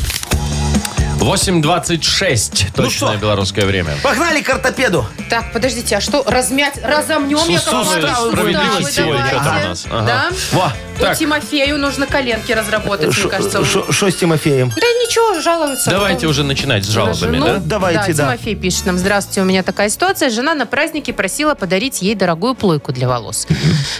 S2: 8.26. Точное
S3: что?
S2: белорусское время.
S3: Погнали к ортопеду.
S4: Так, подождите, а что, размять, разомнем,
S2: Су-
S4: Яков
S2: суставы,
S4: Маркович?
S2: справедливость
S4: Суставы
S2: сегодня
S4: давайте.
S2: что-то у нас. Ага.
S4: Да?
S3: Во.
S2: Так.
S4: И Тимофею нужно коленки разработать, мне кажется. он-
S3: Что с Тимофеем?
S4: Да ничего, жалуются.
S2: Давайте уже начинать с жалобами,
S4: Жену?
S2: да?
S3: Ну, Давайте, да.
S4: Ну, Тимофей пишет нам, здравствуйте, у меня такая ситуация. Жена на празднике просила подарить ей дорогую плойку для волос,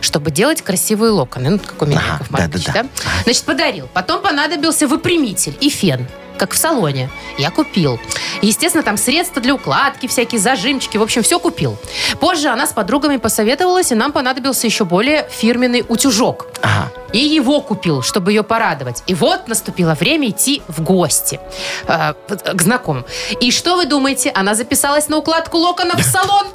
S4: чтобы делать красивые локоны. Ну, как у меня,
S3: Ага,
S4: Яков Маркович,
S3: да-да-да.
S4: да? Значит, подарил. Потом понадобился выпрямитель и фен как в салоне. Я купил. Естественно, там средства для укладки, всякие зажимчики. В общем, все купил. Позже она с подругами посоветовалась, и нам понадобился еще более фирменный утюжок.
S3: Ага.
S4: И его купил, чтобы ее порадовать. И вот наступило время идти в гости э, к знакомым. И что вы думаете? Она записалась на укладку локонов в <laughs> салон?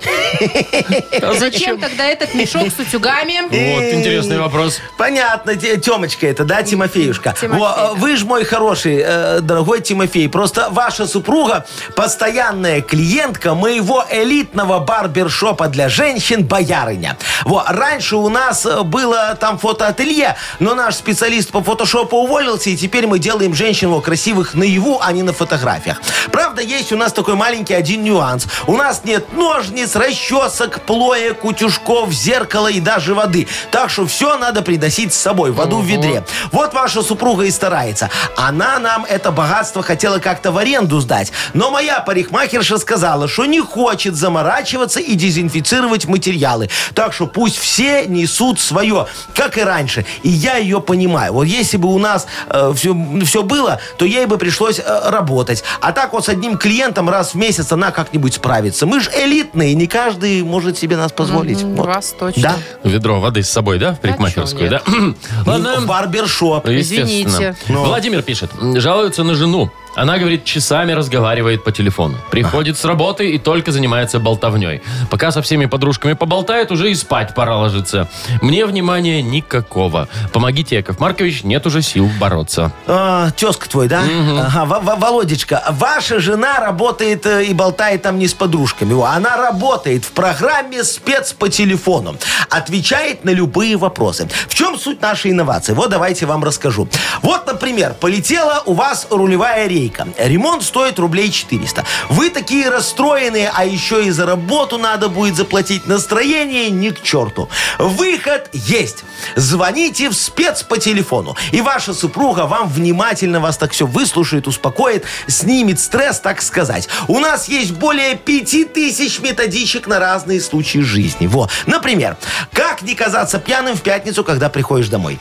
S4: Зачем тогда этот мешок с утюгами?
S2: Вот, интересный вопрос.
S3: Понятно, Те- Темочка это, да, Тимофеюшка?
S4: Тимофей,
S3: Во, э,
S4: да.
S3: вы ж мой хороший, э, дорогой Тимофей. Просто ваша супруга постоянная клиентка моего элитного барбершопа для женщин «Боярыня». Во, раньше у нас э, было там фотоателье, но наш специалист по фотошопу уволился, и теперь мы делаем женщин во, красивых наяву, а не на фотографиях. Правда, есть у нас такой маленький один нюанс. У нас нет ножниц, расчесок, плоек, утюжков, зеркала и даже воды. Так что все надо приносить с собой, воду в ведре. Вот ваша супруга и старается. Она нам это богатство хотела как-то в аренду сдать. Но моя парикмахерша сказала, что не хочет заморачиваться и дезинфицировать материалы. Так что пусть все несут свое, как и раньше. И я ее понимаю. Вот если бы у нас все, было, то ей бы пришлось э, работать. А так вот с одним клиентом раз в месяц она как-нибудь справится. Мы же элитные, не каждый может себе нас позволить. Вот.
S4: Вас точно.
S3: Да.
S2: Ведро воды с собой, да, в парикмахерскую, да?
S4: А
S2: <clears throat>
S4: чё
S3: Ну, в
S2: Ладно,
S3: барбершоп.
S2: естественно.
S4: Извините.
S2: Владимир пишет, жалуется на жену. Она, говорит, часами разговаривает по телефону. Приходит с работы и только занимается болтовней. Пока со всеми подружками поболтает, уже и спать пора ложиться. Мне внимания никакого. Помогите, Яков Маркович, нет уже сил
S3: <laughs>
S2: бороться.
S3: А, тезка твой, да? Ага, Во- Во- Володечка, ваша жена работает э, и болтает там не с подружками. Во, Она работает в программе спец по телефону. Отвечает на любые вопросы. В чем суть нашей инновации? Вот давайте вам расскажу. Вот, например, полетела у вас рулевая рейка. Ремонт стоит рублей 400. Вы такие расстроенные, а еще и за работу надо будет заплатить. Настроение ни к черту. Выход есть. Звоните в спец по телефону. И ваша супруга вам внимательно вас так все выслушает, успокоит, снимет стресс, так сказать. У нас есть более 5000 методичек на разные случаи жизни. Во. Например, как не казаться пьяным в пятницу, когда приходишь домой.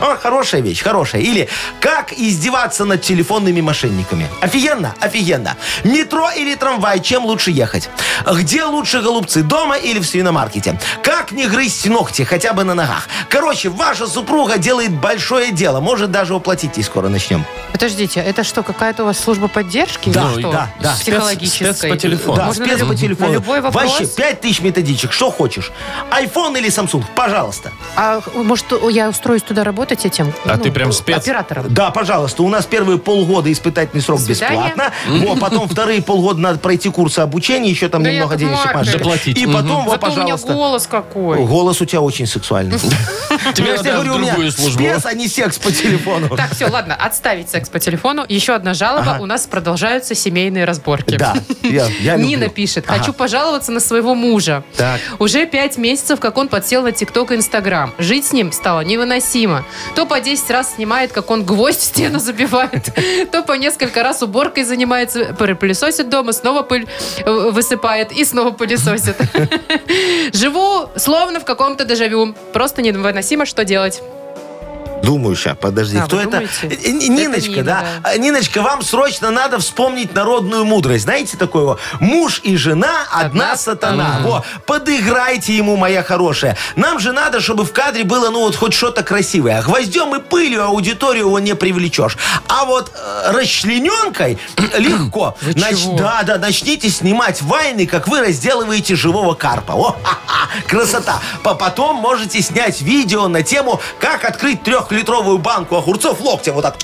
S3: О, А, хорошая вещь, хорошая. Или как издеваться над телефонными мошенниками. Офигенно, офигенно. Метро или трамвай, чем лучше ехать? Где лучше голубцы, дома или в свиномаркете? Как не грызть ногти, хотя бы на ногах? Короче, ваша супруга делает большое дело. Может, даже уплатить и скоро начнем.
S4: Подождите, а это что, какая-то у вас служба поддержки?
S3: Да,
S4: или что?
S3: да, да.
S4: Психологической.
S2: Спец- спец по телефону.
S3: Да,
S4: Можно на
S3: спец
S4: люб-
S3: по телефону.
S4: на любой вопрос?
S3: Вообще, 5000 методичек, что хочешь. Айфон или Samsung, пожалуйста.
S4: А может, я устроюсь туда работать этим? Ну,
S2: А ты прям спец?
S4: Оператором.
S3: Да, пожалуйста. У нас первые полгода испытательный срок
S4: До свидания.
S3: бесплатно. Вот, потом вторые полгода надо пройти курсы обучения, еще там
S4: Да,
S3: немного
S4: Яков
S3: денежек
S4: Маркович.
S3: Машечка.
S2: Заплатить,
S3: И
S2: мгм.
S3: потом, вот,
S4: Зато у меня
S3: пожалуйста.
S4: голос какой.
S3: Голос у тебя очень сексуальный. <laughs>
S2: Тебе
S3: Я
S2: надо
S3: же тебе
S2: в
S3: говорю, у
S2: другую
S3: меня
S2: службу.
S3: спец, а не секс по телефону.
S4: Так, все, ладно, отставить секс по телефону. Еще одна жалоба. У нас продолжаются семейные разборки.
S3: Да, я- я люблю.
S4: Нина пишет.
S3: Ага.
S4: Хочу пожаловаться на своего мужа.
S3: Так.
S4: Уже пять месяцев, как он подсел на ТикТок и Инстаграм. Жить с ним стало невыносимо. То по 10 раз снимает, как он гвоздь в стену
S3: <laughs>
S4: забивает, то по несколько раз уборкой занимается, пылесосит дома, снова пыль э, высыпает и
S3: <laughs>
S4: снова пылесосит. Живу словно в каком-то дежавю. Просто невыносимо, что делать.
S3: Думаю сейчас, подожди.
S4: А, вы
S3: Кто это?
S4: думаете?
S3: Э, э, Ниночка,
S4: Это Нина,
S3: да?
S4: да.
S3: А, Ниночка, вам срочно надо вспомнить народную мудрость. Знаете такое? Муж и жена – одна
S4: Одна
S3: сатана. Во, подыграйте ему, моя хорошая. Нам же надо, чтобы в кадре было, ну, вот хоть что-то красивое. А Гвоздем и пылью аудиторию его не привлечешь. А вот э, расчлененкой <clears throat> легко.
S4: Вы
S3: Нач-
S4: чего?
S3: Да, да, начните снимать вайны, как вы разделываете живого карпа. <laughs> О, ха-ха, красота. По- Потом можете снять видео на тему, как открыть трехлетку трехлитровую банку огурцов локтем вот так.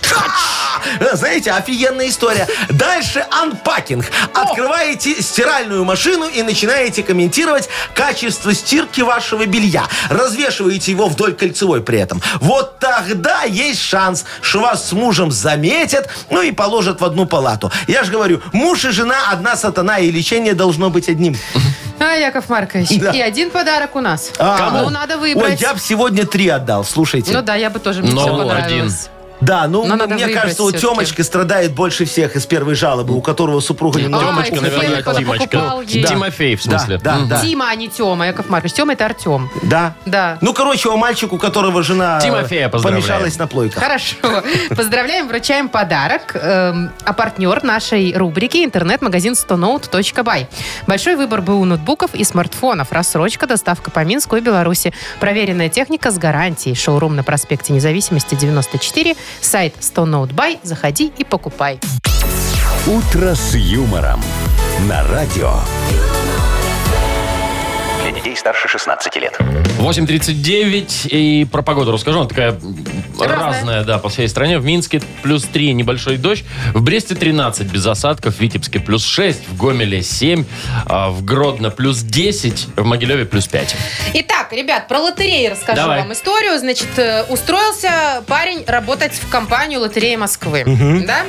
S3: Э, Знаете, офигенная история. Дальше анпакинг. Открываете стиральную машину и начинаете комментировать качество стирки вашего белья. Развешиваете его вдоль кольцевой при этом. Вот тогда есть шанс, что вас с мужем заметят, ну и положат в одну палату. Я же говорю, муж и жена одна сатана, и лечение должно быть одним.
S4: А, Яков Маркович,
S3: Да.
S4: и один подарок у нас.
S3: А.
S4: Кому надо
S3: Ой,
S4: выбрать?
S3: я бы сегодня три отдал, слушайте.
S4: Ну да, я бы тоже, мне
S2: Ну,
S4: все
S2: один.
S4: понравилось.
S3: Да, ну,
S4: Но надо
S3: мне
S4: выбрать
S3: кажется, вот
S4: всё-таки.
S3: Темочка страдает больше всех из первой жалобы, у которого супруга немного...
S4: Ой,
S2: Тёмочка,
S4: Фелик,
S2: наверное,
S4: он
S2: Тимочка.
S4: покупал ей.
S2: Тимофей, в смысле.
S3: Да, да,
S2: Мгм.
S3: да,
S4: Тима, а не Тема, Яков Маркович. Тема это Артем.
S3: да.
S4: Да.
S3: Ну, короче, у мальчику, у которого жена э,
S2: Тимофея поздравляем.
S3: помешалась на плойках.
S4: Хорошо. <laughs> Поздравляем, вручаем подарок. Эм, А партнер нашей рубрики интернет-магазин 100note.by. Большой выбор БУ ноутбуков и смартфонов. Рассрочка, доставка по Минску и Беларуси. Проверенная техника с гарантией. Шоурум на проспекте Независимости 94. Сайт 100note.by. Заходи и покупай.
S1: «Утро с юмором» на радио.
S5: Для детей старше 16 лет.
S2: 8.39 и про погоду расскажу. Она такая м,
S4: Разная.
S2: разная, да, по всей стране. В Минске плюс 3, небольшой дождь. В Бресте 13, без осадков. В Витебске плюс 6, в Гомеле 7, а в Гродно плюс 10, в Могилеве плюс 5.
S4: Итак, ребят, про лотереи расскажу
S2: Давай.
S4: вам историю. Значит, э, устроился парень работать в компанию лотереи Москвы. Да?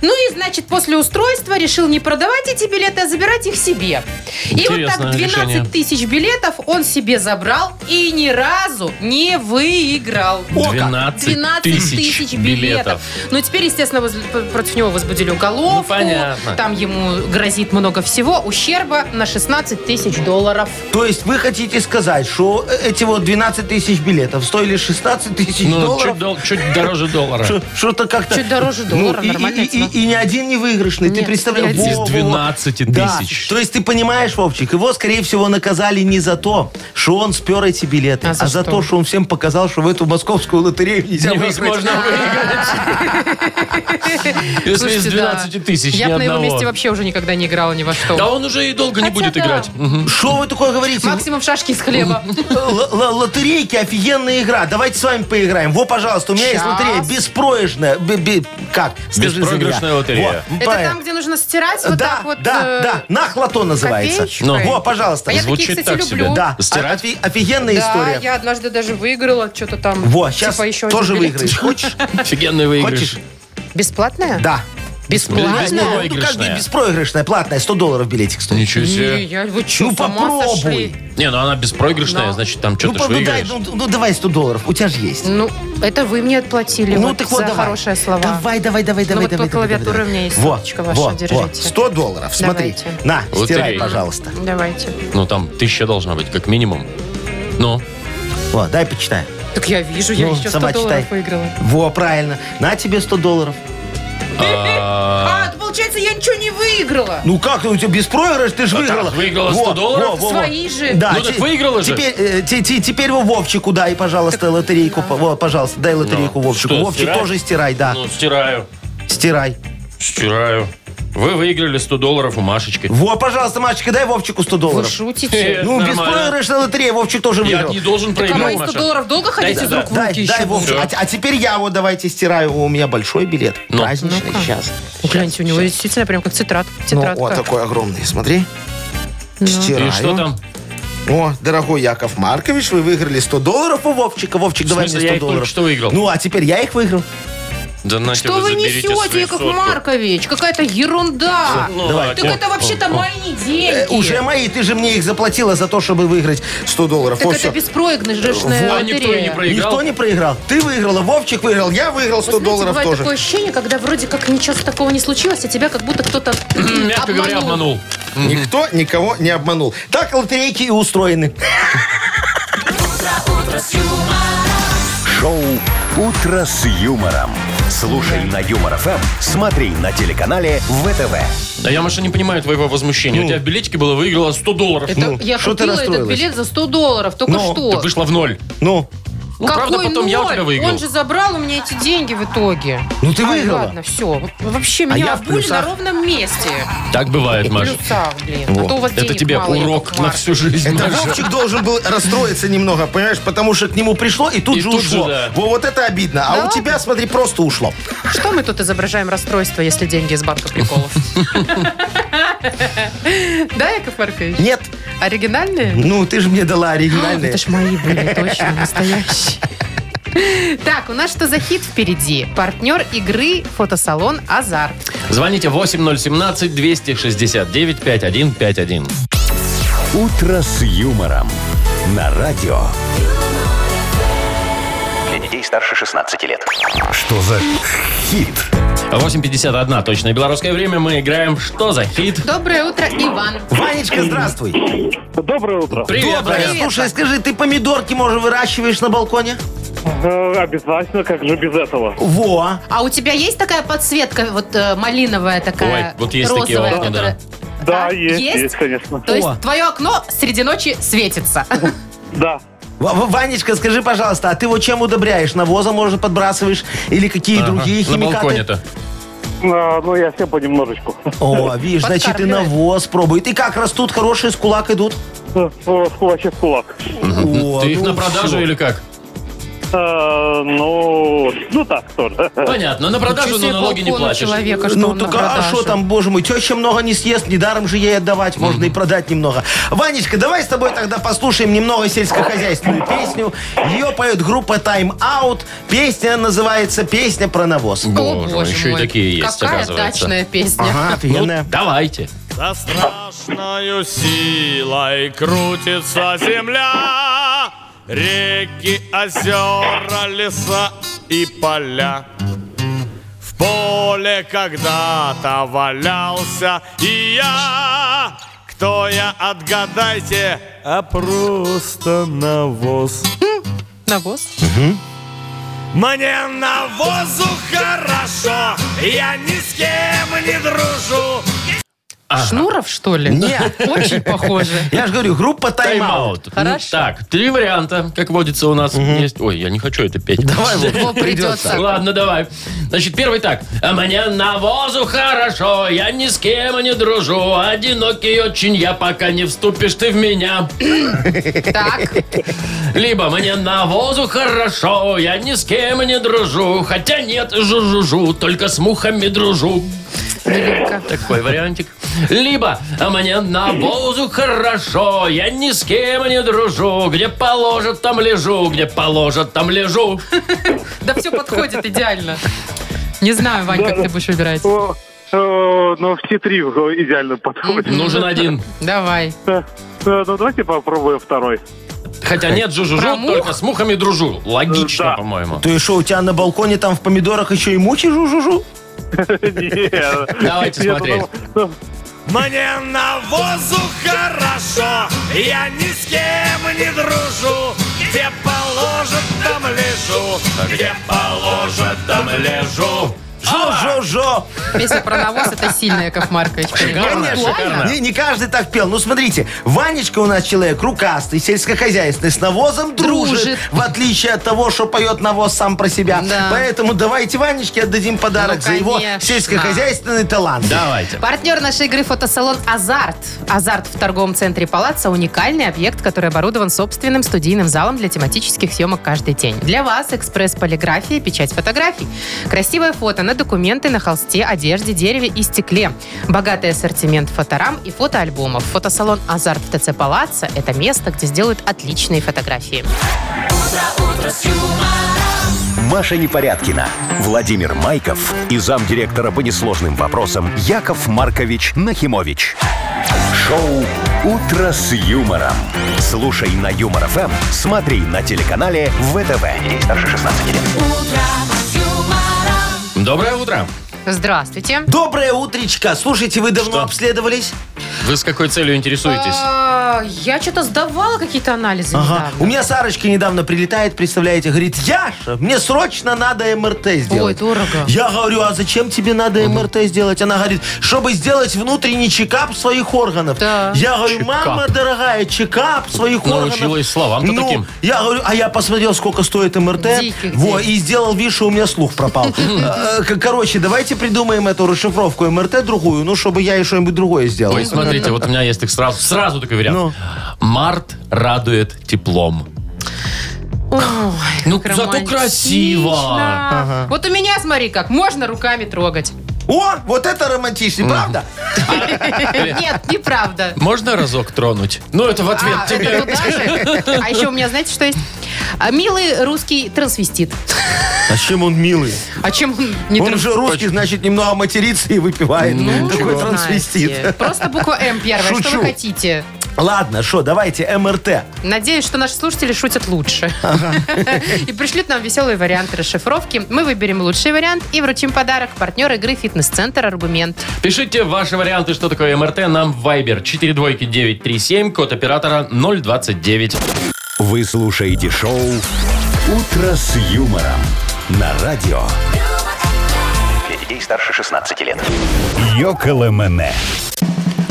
S4: Ну и, значит, после устройства решил не продавать эти билеты, а забирать их себе. И вот
S2: Интересное
S4: так 12
S2: решение.
S4: тысяч билетов он себе забрал и ни разу не выиграл.
S2: 12 тысяч билетов.
S4: Ну, теперь, естественно, возле- п- против него возбудили
S2: Ну,
S4: уголовку.
S2: понятно.
S4: Там ему грозит много всего. Ущерба на 16 тысяч долларов.
S3: То есть вы хотите сказать, что э, эти вот 12 тысяч билетов стоили 16 тысяч
S2: Ну, чуть,
S3: долларов?
S2: дол- чуть дороже доллара.
S3: Что- Что-то как-то...
S4: Чуть дороже
S3: Ну,
S4: доллара,
S3: и- и-
S4: нормальная
S3: и,
S4: цена.
S3: и ни один не выигрышный,
S4: Нет,
S3: ты
S4: ни
S3: представляешь?
S4: один.
S2: Из
S3: Во, во, во.
S2: 12
S3: Да,
S2: тысяч.
S3: то есть ты понимаешь, Вовчик, его, скорее всего, наказали не за то, что он спер эти билеты,
S4: А
S3: а
S4: за
S3: за,
S4: что?
S3: то, что он всем показал, что в эту московскую лотерею нельзя выиграть.
S2: Невозможно выиграть.
S4: <laughs>
S2: Если из
S4: Слушайте,
S2: 12
S4: да.
S2: тысяч, ни
S4: Я бы на его месте
S2: одного.
S4: вообще уже никогда не играла ни во что.
S2: Да он уже и долго не
S4: Хотя
S2: будет
S4: да. А
S2: играть. Мгм.
S3: Что вы такое говорите?
S4: Максимум шашки из
S3: <laughs>
S4: хлеба.
S3: Л- л- Лотерейки офигенная игра. Давайте с вами поиграем. Во, пожалуйста, у меня есть
S4: Щас.
S3: лотерея беспроигрышная. Бе- бе- Как? Скажи за меня.
S2: Беспроигрышная лотерея.
S3: Во,
S4: Это
S3: правильно.
S4: там, где нужно стирать вот
S3: да,
S4: так вот.
S3: да,
S4: э,
S3: да. Нахлото называется.
S4: копеечкой.
S3: Во, пожалуйста.
S4: А я
S2: Звучит
S4: такие, кстати,
S2: так себе.
S4: люблю.
S3: Да.
S4: А
S2: Стирать?
S3: Офи- Офигенная
S4: Да,
S3: история.
S4: я однажды даже выиграла что-то там.
S3: Во, сейчас
S4: Типа еще один
S3: тоже
S4: билет.
S3: выиграешь.
S2: <laughs>
S3: Хочешь?
S2: Офигенный выигрыш.
S3: Хочешь?
S4: Бесплатная?
S3: Да.
S2: Ну,
S4: Бесплатная?
S2: Бесплатная.
S3: Ну, как бы
S2: Выигрышная.
S3: беспроигрышная, платная, 100 долларов билетик стоит.
S2: Ничего
S4: Не,
S2: себе.
S4: я, вы что,
S3: Ну,
S4: с ума
S3: попробуй.
S4: сошли?
S2: Не, ну она беспроигрышная,
S4: Но.
S2: значит, там
S3: Ну,
S2: что-то ж
S3: по- ну, дай,
S2: выиграешь.
S3: ну, ну, давай 100 долларов, у тебя же есть.
S4: Ну, это вы мне отплатили
S3: Ну,
S4: вот
S3: так вот,
S4: за
S3: давай.
S4: хорошие слова.
S3: Давай, давай, давай,
S4: Ну,
S3: давай,
S4: вот по
S3: давай. давай,
S4: клавиатуре
S3: давай.
S4: у меня есть
S3: Во,
S4: соточка ваша,
S3: во, во.
S4: держите.
S3: 100 долларов, смотри.
S4: Давайте.
S3: На,
S2: Вот
S3: стирай,
S2: тебе.
S3: пожалуйста.
S4: Давайте.
S2: Ну там тысяча должна быть, как минимум. Ну,
S3: Во, дай почитаю.
S4: Так я вижу, я
S3: Ну,
S4: еще 100
S3: сама
S4: долларов
S3: читай.
S4: выиграла.
S3: Во, правильно. На тебе 100 долларов.
S4: А, то получается, я ничего не выиграла.
S3: Ну как, ты, у тебя беспроигрыш, ты же
S2: А
S3: выиграла.
S2: так, выиграла 100 долларов?
S4: Свои же.
S3: Да,
S2: Ну так
S3: те-
S2: выиграла же.
S3: Теперь, э, те- те- теперь во Вовчику дай, пожалуйста, лотерейку. по- во, пожалуйста, дай лотерейку
S2: Ну,
S3: Вовчику.
S2: что,
S3: Вовчик,
S2: стирать?
S3: тоже стирай, да.
S2: ну стираю,
S3: Стирай.
S2: стираю. Вы выиграли 100 долларов у Машечки.
S3: Во, пожалуйста, Машечка, дай Вовчику 100
S4: Вы
S3: долларов.
S4: шутите?
S2: Э,
S3: Ну,
S2: Нормально.
S3: беспроигрышная лотерея, Вовчик тоже
S2: Я
S3: выиграл.
S2: не должен
S4: Так а мои
S2: проиграть,
S4: 100
S2: Маша.
S4: долларов долго ходить
S2: Дай,
S4: из
S2: да,
S4: рук в
S3: Дай,
S4: руки еще?
S3: дай, Вовчик.
S2: Всё.
S3: А, а теперь я вот давайте стираю. У меня большой билет.
S2: Ну.
S3: Праздничный. Сейчас.
S4: Ну, Гляньте, у него действительно прям как цитрат,
S3: Ну,
S4: тетрадка. Ну.
S9: О, такой огромный, смотри. Стираю.
S2: И что там?
S9: О, дорогой Яков Маркович, вы выиграли 100 долларов.
S3: Долларов у Вовчика. Вовчик,
S2: В
S3: давай
S2: смысле,
S3: мне 100
S2: я их только
S3: долларов.
S2: что выиграл.
S3: Ну, а теперь я их выиграл.
S2: Да на
S4: Что вы
S2: заберите
S4: несете,
S2: свою
S4: Яков
S2: сотку.
S4: Маркович? Какая-то ерунда.
S2: Ну,
S3: Давай.
S2: ладно.
S4: Так это вообще-то мои
S3: Э,
S4: деньги.
S3: Уже мои, ты же мне их заплатила за то, чтобы выиграть 100 долларов.
S4: Так
S3: Во,
S4: это
S3: всё.
S4: беспроигрышная
S2: А никто и не
S4: лотерея.
S2: проиграл.
S3: э, Никто не проиграл. Ты выиграла, Вовчик выиграл, я выиграл 100
S4: Вот знаете,
S9: долларов
S4: бывает
S9: тоже.
S4: такое ощущение, когда вроде как ничего такого не случилось, а тебя как будто кто-то <clears throat>
S2: Мягко говоря, обманул.
S9: Никто никого не обманул.
S3: Так лотерейки и устроены.
S1: Шоу «Утро с юмором». Слушай на Юмор ФМ, смотри на телеканале ВТВ.
S2: Да я, Маша, не понимаю твоего возмущения. У тебя в билетике было выиграла 100 долларов.
S4: Ну.
S2: Ну,
S4: Это, я
S3: Ну, что ты
S4: купила этот
S3: расстроилась?
S4: билет за 100 долларов, только
S3: Ну,
S4: что.
S2: Ты вышла в ноль.
S3: Ну,
S2: Ну, правда, потом я у тебя
S4: ноль?
S2: выиграл.
S4: Он же забрал у меня эти деньги в итоге.
S3: Ну, ты
S4: Ай,
S3: выиграла.
S4: А,
S3: А
S4: ладно, все. Вообще, меня
S3: я в
S4: обули на
S3: плюсах.
S4: ровном месте.
S2: Так бывает,
S4: В
S2: Маш.
S4: плюсах, блин. А
S2: Вот.
S4: то у вас
S2: Это
S4: денег
S2: тебе
S4: мало,
S2: урок
S4: Яков
S2: на
S4: Маркович.
S2: всю жизнь.
S9: Это
S2: Маша.
S9: Вовчик должен был расстроиться немного, понимаешь? Потому что к нему пришло и тут
S2: И
S9: же
S2: тут
S9: ушло.
S2: же, да.
S9: Во, вот это обидно. А
S4: Да
S9: у тебя, смотри, просто ушло.
S4: Что мы тут изображаем расстройство, если деньги из банка <laughs> приколов? Да, Яков Маркович?
S9: Нет.
S4: Оригинальные?
S3: Ну, ты же мне дала оригинальные.
S4: А, Это ж мои были, точно, настоящие. Так, у нас что за хит впереди? Партнер игры фотосалон «Азарт».
S2: Звоните 8017-269-5151.
S1: «Утро с юмором» на радио.
S5: Для детей старше 16 лет.
S1: Что за хит?
S2: 8.51, точное белорусское время. Мы играем «Что за хит?»
S4: Доброе утро, Иван.
S3: Ванечка, здравствуй.
S6: Доброе утро.
S2: Привет,
S3: Доброе.
S2: Ваня.
S3: Слушай, скажи, ты помидорки, может, выращиваешь на балконе?
S6: Э, обязательно, как же без этого?
S3: Во.
S4: А у тебя есть такая подсветка, вот э, малиновая такая,
S2: Ой, вот есть
S4: розовая,
S2: такие окна, да.
S4: которая-
S6: Да,
S4: А,
S6: есть, есть, конечно.
S4: То
S3: О.
S4: есть твое окно среди ночи светится.
S6: Да.
S3: В- В- Ванечка, скажи, пожалуйста, а ты вот чем удобряешь? Навозом, может, подбрасываешь? Или какие
S2: Ага,
S3: другие
S2: На
S3: химикаты?
S2: балконе-то.
S6: А, ну, я все понемножечку. <laughs>
S3: О, видишь, значит, и
S4: Подкармливает.
S3: навоз пробует. И как растут, хорошие с кулак идут?
S6: Э, С кулача в кулак.
S3: О,
S2: Ты их
S3: ну
S2: на продажу
S3: всё.
S2: или как?
S6: Э, ну, ну так тоже.
S2: Понятно, на продажу, но
S4: Чувствую
S2: налоги не
S4: балкон у
S2: платишь.
S4: человека, что
S3: Ну,
S4: он на
S3: так а
S4: продаже.
S3: что там, боже мой, теща много не съест, недаром же ей отдавать, можно и продать немного. Ванечка, давай с тобой тогда послушаем немного сельскохозяйственную песню. Ее поет группа Time Out. Песня называется «Песня про навоз».
S4: О,
S2: Боже мой, еще и
S4: мой.
S2: такие есть,
S4: Какая
S2: оказывается.
S4: дачная песня.
S3: Ага,
S2: Ну,
S3: офигенная.
S2: давайте.
S10: За страшною силой крутится земля, Реки, озера, леса и поля. В поле когда-то валялся и я. Кто я, отгадайте, а просто навоз.
S4: Навоз.
S10: Мне навозу хорошо, я ни с кем не дружу.
S4: Шнуров, что ли?
S3: Нет. <laughs>
S4: Очень похоже.
S3: Я же говорю, группа Ну, Time Out.
S2: Тайм-аут.
S4: Хорошо.
S2: Так, три варианта, как водится у нас есть. Ой, я не хочу это петь. <laughs>
S3: Давай, Вов,
S4: Вов, придется.
S2: Ладно, давай. Значит, первый так. «А Мне навозу хорошо, я ни с кем не дружу. Одинокий очень я, пока не вступишь ты в меня.
S4: Так,
S2: Либо мне навозу хорошо, я ни с кем не дружу. Хотя нет, жужужу, только с мухами дружу.
S4: Юлька.
S2: Такой вариантик. Либо «А мне навозу хорошо, я ни с кем не дружу. Где положат, там лежу, где положат, там лежу.
S4: Да все подходит идеально. Не знаю, Вань, как ты будешь выбирать.
S6: О, э, Ну, все три уже идеально подходят.
S2: Нужен один.
S4: Давай.
S6: Э, Ну, давайте попробуем второй. <laughs>
S2: Хотя нет,
S4: Про
S2: жужужу,
S4: мух?
S2: только с мухами дружу. Логично,
S6: Э, да.
S2: по-моему.
S3: Ты что, у тебя на балконе там в помидорах еще и мучи жу-жу-жу?
S6: Нет.
S2: Давайте
S6: Нет,
S2: смотреть.
S6: ну,
S10: Мне навозу хорошо, я ни с кем не дружу. Где положат, там лежу, где положат, там лежу.
S3: А! Жо-жо-жо.
S4: Песня про навоз это сильно, Яков Маркович.
S2: Шикарно,
S4: Актуально?
S2: шикарно.
S3: Не, не каждый так пел. Ну, смотрите, Ванечка у нас человек рукастый, сельскохозяйственный, с навозом дружит,
S4: Дружит.
S3: в отличие от того, что поет навоз сам про себя.
S4: Да.
S3: Поэтому давайте Ванечке отдадим подарок
S4: Ну,
S3: за его
S4: конечно.
S3: сельскохозяйственный талант.
S2: Давайте.
S4: Партнер нашей игры фотосалон «Азарт». «Азарт» в торговом центре «Палаца» – уникальный объект, который оборудован собственным студийным залом для тематических съемок каждый день. Для вас экспресс полиграфия, печать фотографий. Красивое фото на документы, на холсте, одежде, дереве и стекле. Богатый ассортимент фоторам и фотоальбомов. Фотосалон «Азарт» в ТЦ «Палаца» – это место, где сделают отличные фотографии.
S1: Маша Непорядкина, Владимир Майков и замдиректора по несложным вопросам Яков Маркович Нахимович. Шоу «Утро с юмором». Слушай на Юмор ФМ, смотри на телеканале ВТВ. Ей старше 16 лет.
S2: Доброе утро.
S4: Здравствуйте.
S3: Доброе утречко. Слушайте, вы давно обследовались?
S2: Вы с какой целью интересуетесь?
S4: А, Я что-то сдавала какие-то анализы
S3: Ага.
S4: недавно.
S3: А, У меня Сарочка недавно прилетает, представляете, говорит, Яша, мне срочно надо МРТ сделать.
S4: дорого.
S3: Я говорю, а зачем тебе надо МРТ сделать? Она говорит, чтобы сделать внутренний чекап своих органов.
S4: Да.
S3: Я говорю,
S2: Чекап.
S3: мама дорогая, чекап своих органов.
S2: Научилась словам-то
S3: Ну,
S2: таким.
S3: Я говорю, а я посмотрел, сколько стоит МРТ.
S4: Диких
S3: Во,
S4: денег.
S3: и сделал, видишь, и у меня слух
S4: <laughs>
S3: пропал. Э, к- Короче, давайте придумаем эту расшифровку МРТ другую, ну, чтобы я и что-нибудь другое сделал.
S2: Ой, смотрите, вот у меня есть их сразу, сразу такой вариант.
S3: Ну.
S2: Март радует теплом.
S4: Ой,
S2: Ну,
S4: как
S2: зато
S4: романтично.
S2: красиво.
S4: Вот у меня, смотри, как можно руками трогать.
S3: О, вот это романтично, правда?
S4: Нет, неправда.
S2: Можно разок тронуть? Ну, это в ответ
S4: А,
S2: тебе.
S4: это
S3: <laughs>
S4: туда же? А еще у меня, знаете, что есть? А, Милый русский трансвестит.
S3: А чем он милый?
S4: А чем он не
S3: Он
S4: транс-
S3: же русский, значит, немного матерится и выпивает.
S4: Ну,
S3: Такой
S4: знаете.
S3: трансвестит.
S4: Просто буква М первая. Что
S3: Шучу.
S4: вы хотите?
S3: Ладно, что, давайте МРТ.
S4: Надеюсь, что наши слушатели шутят лучше. <laughs> И пришлют нам веселые варианты расшифровки. Мы выберем лучший вариант и вручим подарок партнер игры «Фитнес-центр Аргумент».
S2: Пишите ваши варианты, что такое МРТ, нам в Viber 42937, код оператора 029.
S1: Вы слушаете шоу «Утро с юмором» на радио
S5: Для детей старше 16 лет.
S1: «Йоколэмэне».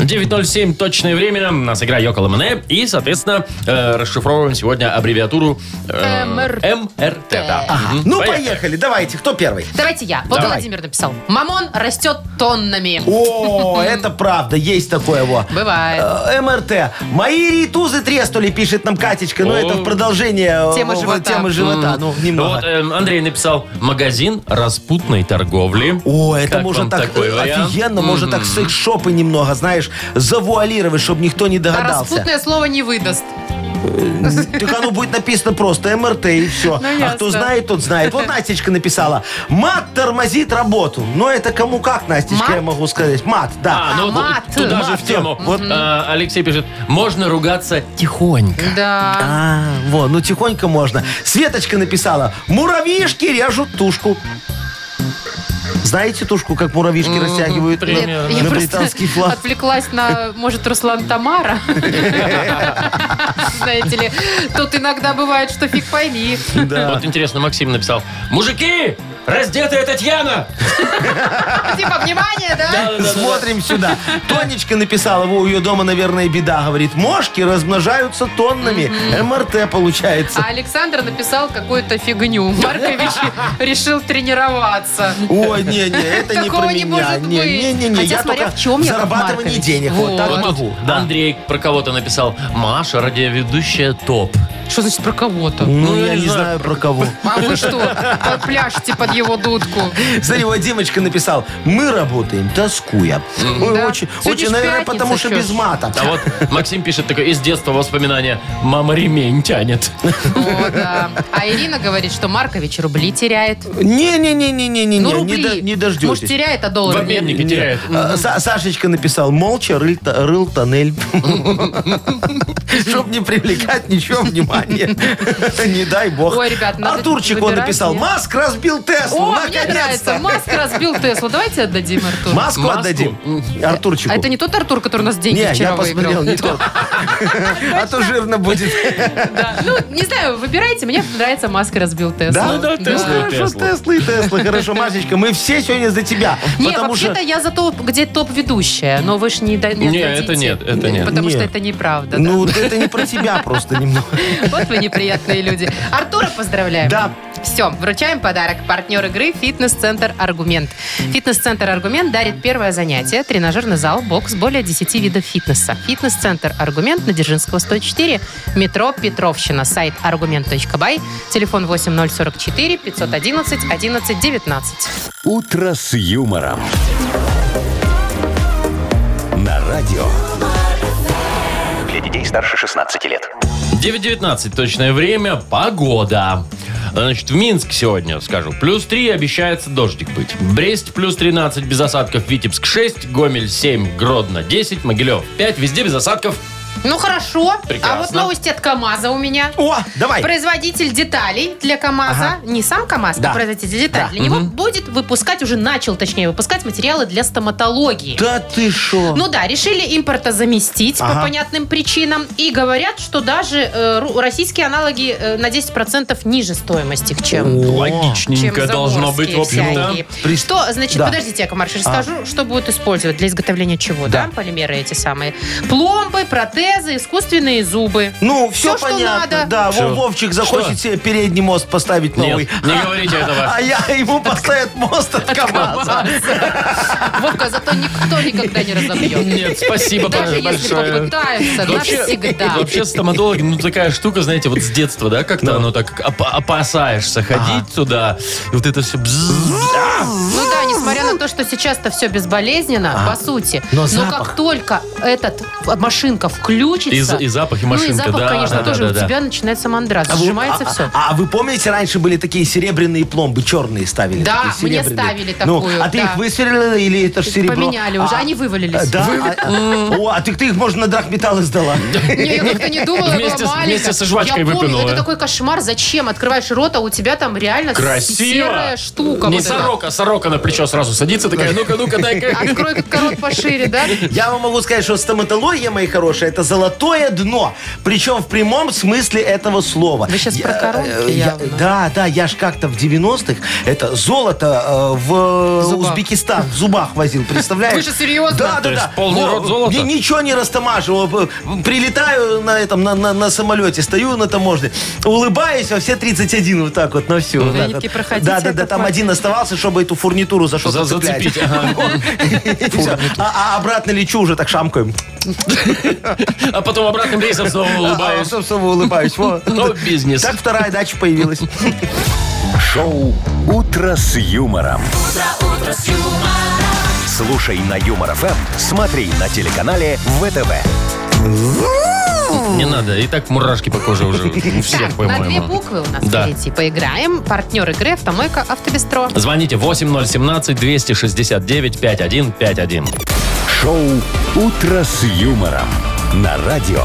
S2: 9.07 точное время, у нас игра Йокола Мане, и, соответственно, э, расшифровываем сегодня аббревиатуру э,
S4: МРТ.
S2: МРТ. да. Мгм.
S3: Ну,
S2: Поехали.
S3: поехали, давайте, кто первый?
S4: Давайте я. Вот
S2: Давай.
S4: Владимир написал. Мамон растет тоннами.
S2: <laughs>
S3: О, это правда, есть такое во.
S4: Бывает. А
S3: Э, МРТ. Мои ритузы треснули, пишет нам Катечка. Но
S2: О.
S3: это в продолжение э,
S4: Темы
S3: вот
S4: живота.
S3: темы живота. Ну, немного.
S2: Вот э, Андрей написал «Магазин распутной торговли».
S3: О, это
S2: Как
S3: можно
S2: вам
S3: так
S2: такой
S3: э,
S2: вариант?
S3: офигенно, можно так секс-шопы немного, знаешь, завуалировать, чтобы никто не
S4: А
S3: догадался.
S4: распутное слово не выдаст.
S3: Так оно будет написано просто МРТ и все.
S4: Ну,
S3: а
S4: ясно.
S3: кто знает, тот знает. Вот Настечка написала. Мат тормозит работу. Но это кому как, Настечка,
S4: Мат?
S3: я могу сказать. Мат, да.
S2: А, ну, вот
S4: мат.
S2: туда же
S3: Мат.
S2: в тему.
S3: Вот.
S2: Э, Алексей пишет, можно ругаться тихонько.
S4: Да.
S3: А, во, ну тихонько можно. Светочка написала. Муравьишки режут тушку. Знаете тушку, как муравьишки растягивают на-
S4: Нет,
S2: примерно.
S3: на,
S4: я
S3: британский
S4: просто
S3: флаг?
S4: отвлеклась на, может,
S3: <laughs>
S4: Руслан Тамара. Знаете ли, тут иногда бывает, что фиг пойми.
S2: Вот интересно, Максим написал, мужики, раздетая Татьяна.
S4: Типа, внимание, да?
S3: Смотрим сюда. Тонечка написала, во, у ее дома, наверное, беда. Говорит, мошки размножаются тоннами. МРТ получается.
S4: А Александр написал какую-то фигню. Маркович решил тренироваться.
S3: Ой, не, не, это не
S4: Такого
S3: про
S4: не
S3: меня.
S4: может
S3: Не,
S4: быть.
S3: не, не, не,
S4: Хотя
S3: я
S4: смотря
S3: только
S4: в чем, Яков
S3: зарабатывание
S4: Маркович.
S3: денег. Вот так
S4: Вот.
S2: Вот
S3: могу.
S2: тут
S3: Да.
S2: Андрей про кого-то написал, Маша, радиоведущая топ.
S4: Что значит про кого-то?
S3: Ну, я не знаю про кого.
S4: А вы что, пляшете под его дудку?
S3: <laughs> Смотри, вот Димочка написал, мы работаем, тоскуя. Ой,
S4: Да.
S3: очень,
S4: Сегодня
S3: очень,
S4: ж
S3: наверное,
S4: пятница,
S3: потому что
S4: чё ж.
S3: без мата.
S2: А
S4: <laughs>
S2: вот Максим пишет такое из детства воспоминания. Мама ремень
S4: <laughs>
S2: тянет.
S4: О, да. А Ирина говорит, что Маркович рубли теряет.
S3: Не-не-не-не-не-не,
S4: Ну,
S3: не,
S4: рубли.
S3: до- не
S4: Может,
S3: дождетесь.
S4: теряет, а
S2: В
S4: доллары нет.
S2: обменнике типа. теряет.
S3: А, Са- Сашечка написал, молча рыл, та- рыл
S4: <laughs>
S3: тоннель. Чтоб не привлекать ничего
S4: <laughs>
S3: внимания. Не дай бог.
S4: Ой, ребят, надо
S3: Артурчик, он
S4: выбирать,
S3: написал,
S4: нет?
S3: Маск разбил Теслу,
S4: О, мне
S3: наконец-то.
S4: нравится. Маск разбил Теслу. Давайте отдадим Артуру.
S3: Маску
S2: Маску?
S3: отдадим. Артурчику.
S4: А это не тот Артур, который у нас деньги
S3: Не,
S4: вчера
S3: я посмотрел,
S4: выиграл?
S3: не тот. А то жирно будет.
S4: Да. Ну, <laughs> не знаю, выбирайте. Мне нравится Маска разбил Теслу.
S3: Да?
S2: Ну да, Тесла и
S3: Хорошо,
S2: Тесла.
S3: Тесла и Тесла. Хорошо, Машечка, мы все сегодня за тебя.
S4: Не,
S3: Потому
S4: вообще-то
S3: что...
S4: я за топ, где топ-ведущая, но вы ж не, да- не
S2: Не,
S4: отдадите.
S2: это нет, это нет.
S4: Потому что
S3: Не.
S4: это неправда. да.
S3: Ну, это не про тебя просто немного.
S4: Вот вы неприятные люди. Артура поздравляем.
S3: Да.
S4: Все, вручаем подарок. Партнер игры «Фитнес-центр Аргумент». «Фитнес-центр Аргумент» дарит первое занятие. Тренажерный зал, бокс, более 10 видов фитнеса. «Фитнес-центр Аргумент» на Дзержинского, 104, метро Петровщина. Сайт аргумент.бай, телефон 8044 511 11 19.
S1: «Утро с юмором». На радио
S5: Для детей старше 16 лет.
S2: 9.19 точное время. Погода. Значит, в Минск сегодня, скажу, плюс 3, обещается дождик быть. Брест плюс 13, без осадков. Витебск 6, Гомель 7, Гродно 10, Могилев 5, везде без осадков.
S4: Ну хорошо.
S2: Прекрасно.
S4: А вот новости от КАМАЗа у меня.
S3: О, давай.
S4: Производитель деталей для КАМАЗа, не сам КАМАЗ,
S3: Да.
S4: но производитель деталей, для него будет выпускать, уже начал, точнее, выпускать материалы для стоматологии.
S3: Да ты шо?
S4: Ну да, решили импорта заместить
S3: Ага.
S4: по понятным причинам. И говорят, что даже э, ру- российские аналоги э, на 10% ниже стоимость их, чем... чем
S2: Логичненько должно быть, в общем-то.
S4: заморские
S3: при-
S4: всякие. Что, значит,
S3: да. А.
S4: подождите, Яков Маркович, расскажу, что будут использовать для изготовления чего, да. полимеры эти самые. Пломбы, протезы, искусственные зубы.
S3: Ну, все,
S4: Всё, что
S3: понятно.
S4: надо.
S3: Да,
S2: Всё.
S3: Вов- Вовчик захочет
S2: Что?
S3: себе передний мост поставить новый.
S2: Нет, не говорите этого.
S3: <laughs> А я ему поставят мост от КамАЗа.
S4: Вовка, зато никто никогда не разобьет.
S2: Нет, спасибо
S4: Даже если
S2: большое.
S4: попытаются, навсегда.
S2: вообще стоматолог, ну, такая штука, знаете, вот с детства, да, как-то оно так оп- опасаешься ходить туда, и вот это все...
S4: Ну
S3: <laughs>
S4: да, несмотря на то, что сейчас-то все
S2: А,
S4: безболезненно, по сути.
S3: Но
S4: Но
S3: запах.
S4: как только этот а, машинка
S2: И,
S4: включится...
S2: за- и запах, и
S4: Ну и
S2: машинка,
S4: запах,
S2: да,
S4: конечно,
S2: да, да,
S4: тоже.
S2: да,
S4: у
S2: да.
S4: тебя начинается мандраж.
S3: А вы-
S4: Сжимается
S3: а-
S4: все.
S3: А, а вы помните, раньше были такие серебряные пломбы, черные ставили?
S4: Да,
S3: такие
S4: мне
S3: серебряные.
S4: ставили
S3: Ну,
S4: такую,
S3: а ты
S4: да.
S3: их высверлила или это ж серебро?
S4: Поменяли уже,
S3: А,
S4: они
S3: э,
S4: вывалились.
S3: Да? А, а, О, а ты, ты их, можно на драгметалл
S4: <laughs>
S3: издала.
S4: Не, я как-то не думала, я
S2: Вместе с-
S4: была маленькая.
S2: вместе со жвачкой
S4: Я помню,
S2: выплюнула.
S4: это такой кошмар. Зачем? Открываешь рот, а у тебя там реально с-
S2: Красиво!
S4: серая штука.
S2: Не
S4: вот эта.
S2: сорока, сорока на плечо сразу садится, такая, ну-ка, ну-ка, дай-ка.
S4: Открой как корот пошире, да?
S3: Я вам могу сказать, что стоматология, мои хорошие, это золотое дно. Причем в прямом смысле этого слова.
S4: Вы щас
S3: Я-
S4: про коронки
S3: э, я-
S4: явно.
S3: Да, да, я ж как-то в 90-х это золото э, в
S4: В зубах.
S3: Узбекистан в зубах возил, представляешь?
S4: <laughs> Вы же серьезно?
S3: Да,
S2: То
S3: да,
S2: есть
S3: да.
S2: полный
S3: Во,
S2: рот золота?
S3: ни- Ничего не растамаживал. Прилетаю на этом, на, на- на самолете, стою на таможне, улыбаюсь, а все 31 вот так вот на все.
S4: Ну, Вы не такие, проходите,
S3: да, да, да,
S4: Яков
S3: там
S4: Маркович.
S3: один оставался, чтобы эту фурнитуру за что-то
S2: За- зацепить,
S3: цеплять.
S2: ага.
S3: Всё. А а обратно лечу уже так шамкаем.
S2: А потом обратным рейсом снова
S3: А, а,
S2: улыбаюсь.
S3: собственно, улыбаюсь. во.
S2: <laughs> Ну, бизнес.
S3: Так вторая дача появилась.
S1: Шоу «Утро с юмором». Слушай на Юмор ФМ, смотри на телеканале ВТВ.
S2: Не надо, и так мурашки по коже уже у всех,
S4: Так, на две
S2: по-моему.
S4: буквы у нас
S2: Да.
S4: впереди. Поиграем. Партнер игры «Автомойка Автобестро».
S2: Звоните 8017-269-5151.
S1: Шоу «Утро с юмором» на радио.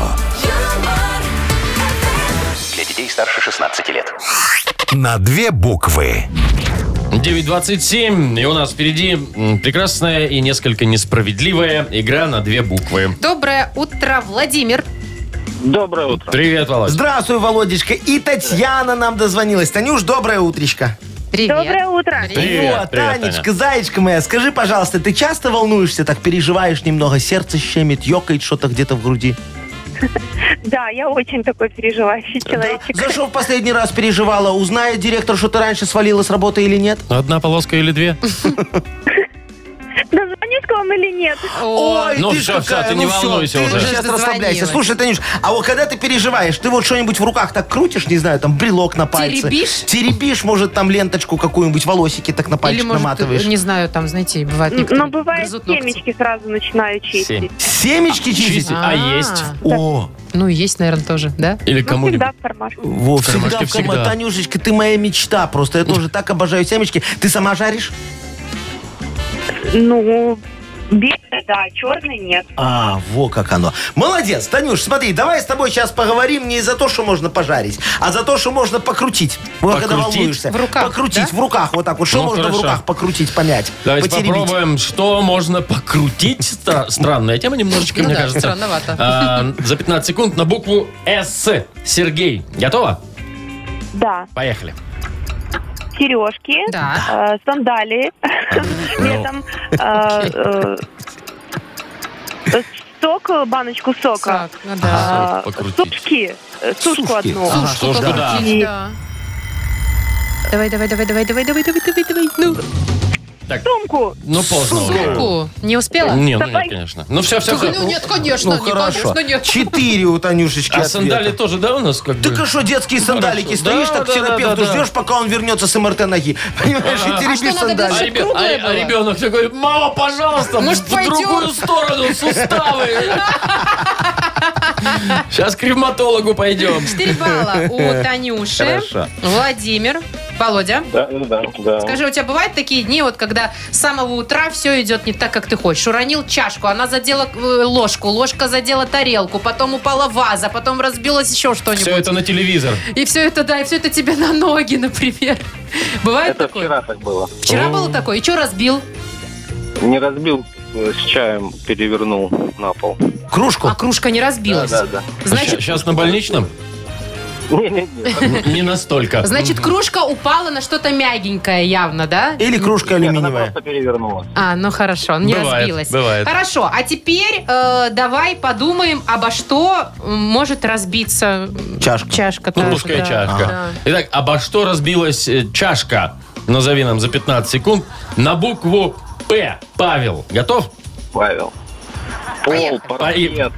S5: Для детей старше 16 лет.
S1: На две буквы.
S2: 9.27, и у нас впереди м, прекрасная и несколько несправедливая игра на две буквы.
S4: Доброе утро, Владимир.
S6: Доброе утро.
S2: Привет, Володь.
S3: Здравствуй, Володечка. И Татьяна нам дозвонилась. Танюш, доброе утречко.
S4: Привет.
S8: Доброе утро.
S2: Привет,
S3: О,
S2: привет,
S3: Танечка, зайчка моя, скажи, пожалуйста, ты часто волнуешься, так переживаешь немного, сердце щемит, ёкает что-то где-то в груди?
S8: Да, я очень такой переживающий человечек.
S3: За что в последний раз переживала? Узнает директор, что ты раньше свалила с работы или нет?
S2: Ну, Одна полоска или две?
S8: Дозвонюсь к вам или нет?
S4: О,
S2: ну
S3: ж
S2: всё, всё, ты не волнуйся
S3: всё,
S2: уже.
S3: Ты сейчас
S4: Уже
S3: расслабляйся.
S4: дозвонилась.
S3: Слушай, Танюш, а вот когда ты переживаешь, ты вот что-нибудь в руках так крутишь, не знаю, там брелок на пальце.
S4: Теребишь?
S3: Теребишь, может, там ленточку какую-нибудь, волосики так на
S4: Или,
S3: пальчик
S4: может,
S3: наматываешь.
S4: не знаю, там, знаете, бывает
S8: Но бывает
S4: грызут ногти.
S8: семечки сразу начинаю чистить.
S3: Семечки чистить?
S2: Чистить, а
S4: А.
S2: есть?
S3: О,
S4: Ну, есть, наверное, тоже, да?
S2: Или
S8: Ну,
S2: кому-нибудь?
S8: всегда в кармашке.
S3: во, всегда,
S2: кармашке
S3: в карман.
S2: всегда.
S3: Танюшечка, ты моя мечта просто. Я тоже так обожаю семечки. Ты сама жаришь?
S8: Ну, белый, да, черный нет.
S3: А, во как оно. Молодец, Танюш, смотри, давай с тобой сейчас поговорим не за то, что можно пожарить, а за то, что можно покрутить. Вот когда
S2: Покрутить?
S3: волнуешься.
S4: В руках,
S3: Покрутить
S4: да?
S3: в руках, вот так вот. Что
S2: Ну,
S3: можно
S2: хорошо.
S3: в руках покрутить, помять,
S2: Давайте
S3: потеребить?
S2: попробуем, что можно покрутить. Стра- странная тема немножечко,
S4: Ну
S2: мне
S4: да,
S2: кажется.
S4: странновато.
S2: А, за 15 секунд на букву С. Сергей, готово?
S8: Да,
S2: Поехали.
S8: сережки,
S4: Да.
S8: э, сандалии летом, э, э, сок, баночку сока,
S4: Так, ну да.
S8: э,
S2: покрутить.
S8: сушки, э, сушку
S3: Сушки.
S8: одну.
S2: Ага,
S4: Сушку
S2: сушку, да.
S4: покрутить, да. Давай, давай, давай, давай, давай, давай, давай, давай, давай. Ну,
S8: Сумку.
S2: Ну, поздно. уже.
S4: сумку. Не успела?
S2: Не, ну
S8: Давай.
S2: нет, конечно. Ну, все, все,
S4: Только, ну,
S2: все.
S4: нет, конечно,
S3: Ну,
S4: не,
S3: хорошо.
S4: конечно, нет.
S3: Четыре у Танюшечки
S2: А
S3: ответа.
S2: сандали тоже, да, у нас как бы?
S3: Так а что, детские сандалики,
S2: Хорошо.
S3: стоишь
S2: Да,
S3: так
S2: да,
S3: к терапевту,
S2: да, А да, да.
S3: ждешь, пока он вернется с МРТ ноги. Понимаешь, и теребишь
S4: что надо
S3: сандалики.
S2: А,
S4: Чтоб
S2: ребё- а-
S4: круглое
S2: а
S4: было.
S2: ребенок такой, мама, пожалуйста,
S4: Может,
S2: в
S4: пойдем?»
S2: другую сторону,
S4: <laughs>
S2: суставы. Сейчас к ревматологу пойдем.
S4: Четыре балла у Танюши. Владимир. Володя,
S6: Да, ну да, да.
S4: скажи, у тебя бывают такие дни, вот когда с самого утра все идет не так, как ты хочешь? Уронил чашку, она задела э, ложку, ложка задела тарелку, потом упала ваза, потом разбилось еще что-нибудь.
S2: Все это на телевизор.
S4: И все это, да, и все это тебе на ноги, <laughs> например. Бывает
S6: Это
S4: такое?
S6: вчера так было.
S4: Вчера было такое? И что разбил?
S6: Не разбил э, с чаем, перевернул на пол.
S3: Кружку.
S4: А кружка не разбилась.
S6: Да, да,
S4: Значит,
S2: Сейчас на больничном?
S6: Не-не-не.
S2: Не настолько.
S4: значит, кружка упала на что-то мягенькое явно, да?
S3: Или кружка
S6: Нет, она
S3: алюминиевая.
S6: просто перевернула.
S4: А, ну хорошо, не
S2: Бывает,
S4: разбилась.
S2: бывает.
S4: Хорошо, а теперь э, давай подумаем, обо что м, может разбиться м,
S3: Чашка.
S4: чашка. та
S2: Кружка
S4: же,
S2: и
S4: да,
S2: Ну, чашка.
S4: да.
S2: Итак, обо что разбилась э, чашка? Назови нам за 15 секунд на букву П. Павел, готов?
S6: Павел. Пол, парапет.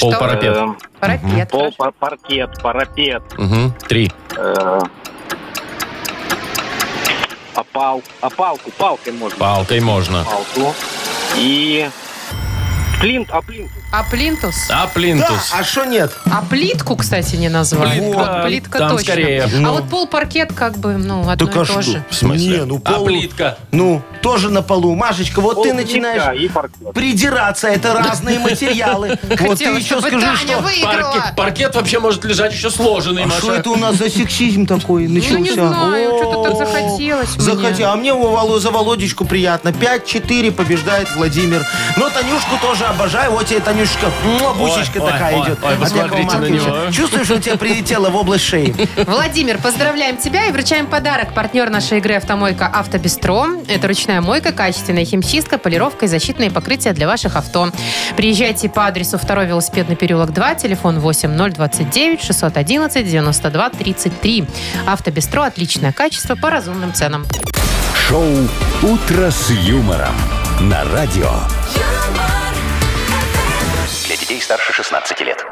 S2: Пол
S4: Что?
S2: парапет.
S6: Эм,
S4: Парапет.
S6: Пол, пар- паркет, парапет.
S2: Мгм, Три.
S6: э, Опал. Опалку, а палкой можно.
S2: Палкой можно.
S6: Палку. И... Плинт, а плинт.
S4: А плинтус?
S2: А
S3: Да,
S2: плинтус?
S3: а что нет?
S4: А плитку, кстати, не назвали.
S2: Плитка,
S4: Вот, плитка
S2: там
S4: точно.
S2: скорее.
S4: А
S3: Ну.
S4: вот пол паркет как бы, ну, одно
S3: Так
S4: и
S3: а
S4: то
S3: что?
S4: же.
S2: В смысле?
S3: Не, ну
S2: А
S3: пол-
S2: плитка?
S3: Ну, тоже на полу. Машечка, вот ты
S6: Пол, плитка
S3: начинаешь
S6: И паркет.
S3: придираться. Это
S4: <laughs>
S3: разные материалы. Вот ты
S4: Хотела,
S3: еще
S4: чтобы
S3: скажи,
S4: Таня
S3: что...
S4: выиграла.
S2: Паркет, паркет вообще может лежать еще сложенный,
S3: А
S2: Маша.
S3: что это у нас за сексизм такой начался?
S4: Ну, не знаю,
S3: О,
S4: что-то так захотелось мне.
S3: захоте- А мне у Вало- за Володечку приятно. 5-4 побеждает Владимир. Но Танюшку тоже обожаю. Вот тебе, Танюшечка, муа, бусечка
S2: ой,
S3: такая
S2: ой,
S3: идет.
S2: ой,
S3: от Якова
S2: посмотрите на
S3: Марковича.
S2: него, а.
S3: Чувствуешь, что тебе прилетело в область шеи?
S4: Владимир, поздравляем тебя и вручаем подарок. Партнер нашей игры «Автомойка Автобестро». Это ручная мойка, качественная химчистка, полировка и защитные покрытия для ваших авто. Приезжайте по адресу 2 велосипедный переулок 2, телефон 8029 611 92 33. «Автобестро» – отличное качество по разумным ценам.
S1: Шоу «Утро с юмором» на радио.
S5: Для детей старше 16 лет.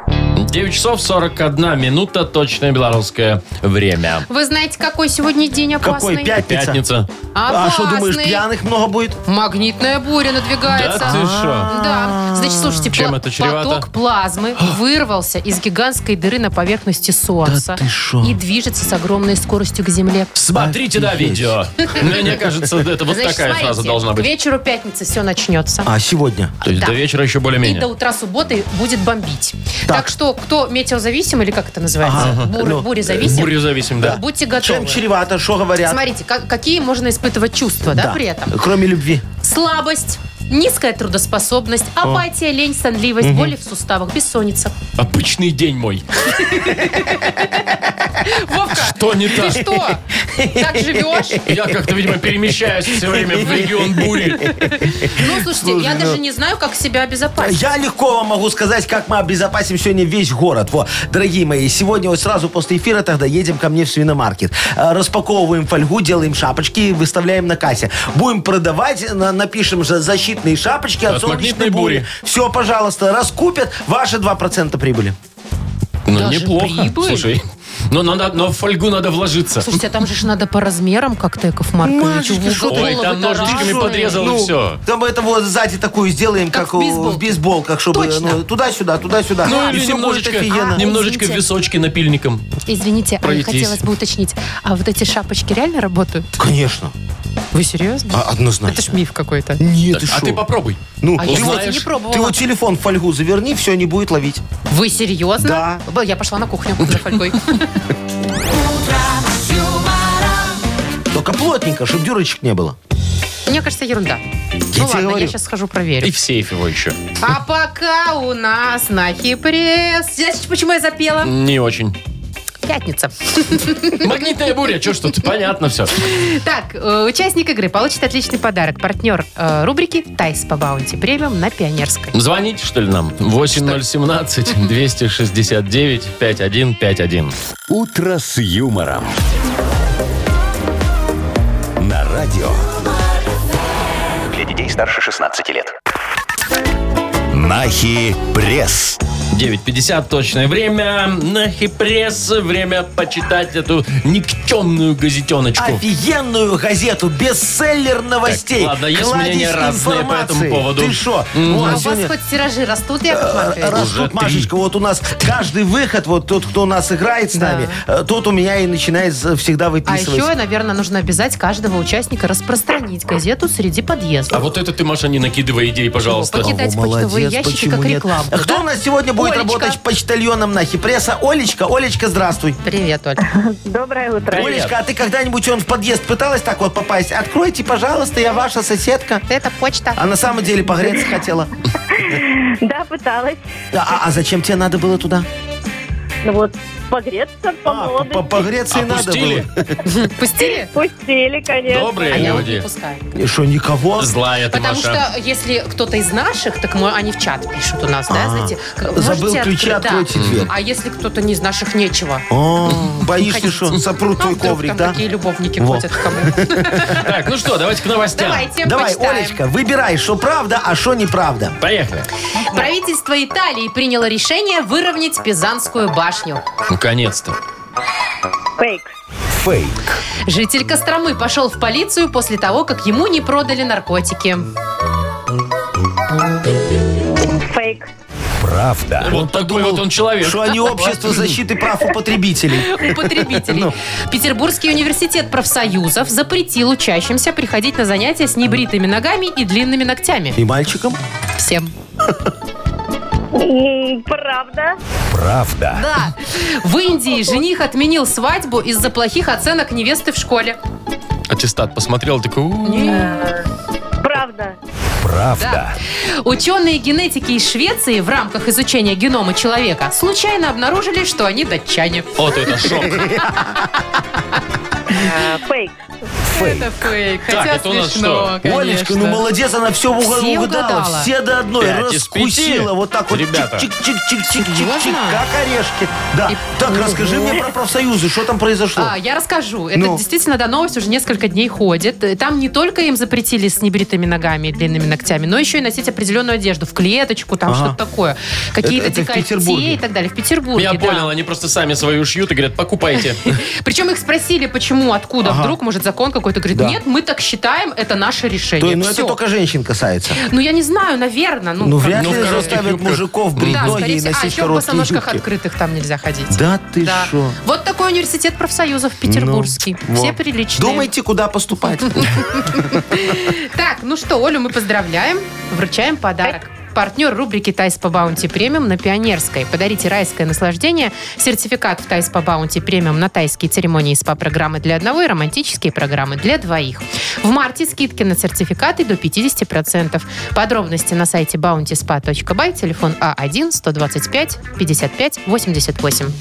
S2: 9 часов 41 минута, точное белорусское время.
S4: Вы знаете, какой сегодня день опасный?
S3: Какой? Пятница?
S2: Пятница.
S3: А что думаешь,
S4: Опасный.
S3: пьяных много будет?
S4: Магнитная буря надвигается.
S2: Да ты шо?
S4: Да. Значит, слушайте,
S2: Чем
S4: пла-
S2: это чревато?
S4: поток плазмы
S2: <gasps>
S4: вырвался из гигантской дыры на поверхности Солнца
S3: ты шо?
S4: и движется с огромной скоростью к Земле.
S2: Смотрите, да,
S3: Офигеть.
S2: видео.
S3: <laughs>
S2: Мне кажется, это вот
S4: Значит,
S2: такая фраза
S4: смотрите,
S2: должна
S4: К
S2: быть.
S4: вечеру пятницы все начнется.
S3: А, сегодня.
S2: То есть
S4: да.
S2: до вечера еще
S4: И
S2: более-менее.
S4: до утра субботы будет бомбить. Так, что, кто метеозависим, или как это называется?
S3: Ага.
S4: Бур-
S3: Ну,
S4: бурезависим,
S2: Бурезависим, да.
S4: будьте
S3: Чем
S4: готовы.
S3: чревато, что говорят?
S4: Смотрите, как- какие можно испытывать чувства, да, при этом?
S3: Кроме любви.
S4: Слабость, низкая трудоспособность, апатия, лень, сонливость, боли в суставах, бессонница.
S2: Обычный день мой.
S4: Вовка,
S2: Что не
S4: <laughs> ты
S2: так?
S4: что? Так живешь?
S2: Я как-то, видимо, перемещаюсь все время в
S3: <laughs>
S2: регион бури.
S4: Ну, слушайте, я даже не знаю, как себя обезопасить.
S3: Я легко вам могу сказать, как мы обезопасим сегодня весь город. Во, дорогие мои, сегодня вот сразу после эфира тогда едем ко мне в свиномаркет. Э, Распаковываем фольгу, делаем шапочки и выставляем на кассе. Будем продавать, на- напишем за- защитные шапочки от
S2: От
S3: солнечной
S2: магнитной бури.
S3: бури. Все, пожалуйста, раскупят ваши 2% прибыли.
S2: Ну,
S4: Даже
S2: неплохо.
S4: прибыль.
S2: Слушай, но надо, но в фольгу надо вложиться.
S4: Слушайте, а там же ж надо по размерам как-то, Яков Маркович. Ну,
S3: Машечка,
S4: Вы
S3: что ты?
S2: Ой, там
S4: головы-то
S2: ножничками
S4: разные.
S2: подрезал и все.
S3: Там это вот сзади такую сделаем,
S4: Как
S3: как,
S4: в
S3: у-
S4: бейсболке.
S3: в бейсболках, чтобы
S4: Точно.
S3: ну, туда-сюда, туда-сюда.
S2: Ну
S3: И
S2: или
S3: всё
S2: немножечко, А,
S3: будет офигенно.
S2: немножечко
S11: Извините.
S2: височки напильником.
S11: Извините, а я
S2: Пройтись.
S11: хотелось бы уточнить, а вот эти шапочки реально работают?
S3: Конечно.
S4: Вы серьезно?
S3: А, однозначно.
S4: Это ж миф какой-то.
S3: Нет,
S2: Так, а
S3: шо?
S2: ты попробуй.
S3: Ну,
S4: А
S3: ты
S4: я,
S3: вот-
S4: кстати, не
S3: Ты
S4: пробовала.
S3: вот телефон в фольгу заверни, все, не будет ловить.
S4: Вы серьезно?
S3: Да.
S4: Б- Я пошла на кухню
S3: <laughs>
S4: за фольгой.
S3: Только плотненько, чтобы дюрочек не было.
S4: Мне кажется, ерунда.
S3: тебе
S4: Ну ладно, я
S3: говорю.
S4: сейчас схожу
S2: И
S4: проверю.
S2: в сейф его еще.
S4: А пока у нас на хипресс. Знаешь, почему я запела?
S2: Не очень.
S4: Пятница.
S2: Магнитная буря, что ж тут, понятно все.
S4: Так, э, участник игры получит отличный подарок. Партнер э, рубрики «Тайс по баунти премиум» на Пионерской.
S2: Звоните, что ли, нам? 8017-269-5151.
S1: «Утро с юмором». На радио.
S5: Для детей старше 16 лет.
S1: Нахи пресс.
S2: 9.50 точное время. На пресс время почитать эту никчемную газетеночку.
S3: Офигенную газету, бестселлер новостей.
S2: ладно, есть
S3: кладезь
S2: мнения разные по этому
S3: информации.
S2: поводу.
S3: Ты что?
S4: Ну, а у вас хоть тиражи растут, Яков Маркович?
S2: Уже
S3: Растут,
S2: три.
S3: Машечка, вот у нас каждый выход, вот тот, кто у нас играет с нами, э, тот у меня и начинает за- всегда
S4: А
S3: выписывать.
S4: еще, наверное, нужно обязать каждого участника распространить газету среди
S2: А
S4: подъездов.
S2: вот это ты, Маша, не накидывай идей, пожалуйста.
S4: Покидать
S3: О,
S4: почтовые ящики
S3: почему
S4: как
S3: нет?
S4: рекламу.
S3: А Кто
S4: да?
S3: у нас сегодня будет
S4: Олечка.
S3: работать почтальоном на Хипресса? Олечка, Олечка, здравствуй.
S4: Привет, Оль.
S8: Доброе утро.
S2: Привет.
S3: Олечка, а ты когда-нибудь он в подъезд пыталась так вот попасть? Откройте, пожалуйста, я ваша соседка.
S4: Это почта.
S3: А на самом деле погреться хотела.
S8: Да, пыталась.
S3: А, а зачем тебе надо было туда?
S8: Ну вот, погреться по
S3: А, по-
S8: молодости.
S3: погреться и надо
S2: Опустили?
S4: Пустили?
S8: Пустили, конечно.
S4: А
S2: Добрые
S4: я вот не
S2: люди.
S4: пускаю.
S3: было. Что, никого?
S2: Злая ты,
S4: Потому
S2: Маша.
S4: что если кто-то из наших, так мы, они в чат пишут у нас, да,
S3: А,
S4: знаете? к-
S3: забыл
S4: можете
S3: ключи,
S4: открыть, да.
S3: откройте дверь.
S4: А если кто-то не из наших, нечего.
S3: О, боишься,
S4: Ходить.
S3: что сопрут
S4: Ну,
S3: твой
S4: вдруг
S3: коврик,
S4: там
S3: да?
S4: такие любовники
S3: Во.
S4: ходят к
S3: <laughs>
S4: кому.
S2: Так, ну что, давайте к новостям.
S4: Давайте
S3: Давай,
S4: почитаем.
S3: Олечка, выбирай, что правда, а что неправда.
S2: Поехали.
S4: Правительство Италии приняло решение выровнять Пизанскую башню.
S2: Наконец-то.
S8: Фейк.
S1: Фейк.
S4: Житель Костромы пошел в полицию после того, как ему не
S3: <laughs>
S4: продали наркотики.
S8: Фейк.
S1: Правда.
S2: Вот такой
S3: подумал,
S2: вот он человек.
S3: Что они общество защиты прав употребителей.
S4: у
S3: Ну.
S4: потребителей. Петербургский университет профсоюзов запретил учащимся приходить на занятия с небритыми ногами и длинными ногтями.
S3: И мальчикам?
S4: Всем.
S8: М, Правда.
S1: Правда.
S4: Да. В Индии жених отменил свадьбу из-за плохих оценок невесты в школе.
S2: Аттестат посмотрел, такой... «У,
S8: Правда.
S1: Правда.
S4: Ученые генетики из Швеции в рамках изучения генома человека случайно обнаружили, что они датчане.
S2: Вот это шок.
S8: Э, Фейк.
S4: Это фейк.
S2: Так,
S4: Хотя
S2: это у нас
S4: смешно, конечно.
S3: Олечка, ну молодец, она все
S4: Все
S3: угадала.
S4: угадала.
S3: Все до одной.
S2: Пять из пяти.
S3: Раскусила. Вот так вот.
S2: Ребята.
S3: Чик-чик-чик-чик-чик-чик.
S4: Серьезно?
S3: Как орешки. Да.
S4: И-
S3: Так, расскажи мне про профсоюзы. Что там произошло?
S4: А, я расскажу. Это
S3: Ну.
S4: действительно, да, новость уже несколько дней ходит. Там не только им запретили с небритыми ногами и длинными ногтями, но еще и носить определенную одежду в клеточку, там
S3: Ага.
S4: что-то такое. Какие-то
S3: это в
S4: декольте
S3: Петербурге.
S4: и так далее. В
S2: Ну,
S4: Петербурге,
S2: Я
S4: да.
S2: понял, они просто сами свою шьют и говорят, покупайте.
S4: Причем их спросили, почему, откуда вдруг, может, закон какой-то. Говорит,
S3: Да.
S4: нет, мы так считаем, это наше решение.
S3: То, ну это
S4: Всё.
S3: только женщин касается.
S4: Ну, я не знаю, наверное. Ну,
S3: Ну
S4: как
S3: вряд
S4: бы.
S2: Ну, в
S3: ли
S2: коротких
S3: заставят
S2: юбках.
S3: мужиков брить
S4: Да,
S3: ноги
S4: скорее
S3: и
S4: всего. А
S3: носить
S4: еще в
S3: короткие
S4: босоножках
S3: юбки.
S4: открытых там нельзя ходить.
S3: Да ты
S4: Да.
S3: что?
S4: Вот такой университет профсоюзов петербургский. Все приличные.
S3: Ну, Думайте, куда
S4: <laughs>
S3: поступать.
S4: Так, ну что, Олю мы поздравляем, вручаем подарок. Партнер рубрики «Тайс по баунти премиум» на Пионерской. Подарите райское наслаждение, сертификат в «Тайс по баунти премиум» на тайские церемонии СПА-программы для одного и романтические программы для двоих. В марте скидки на сертификаты до 50%. Подробности на сайте bountyspa.by, телефон А А1-125-55-88.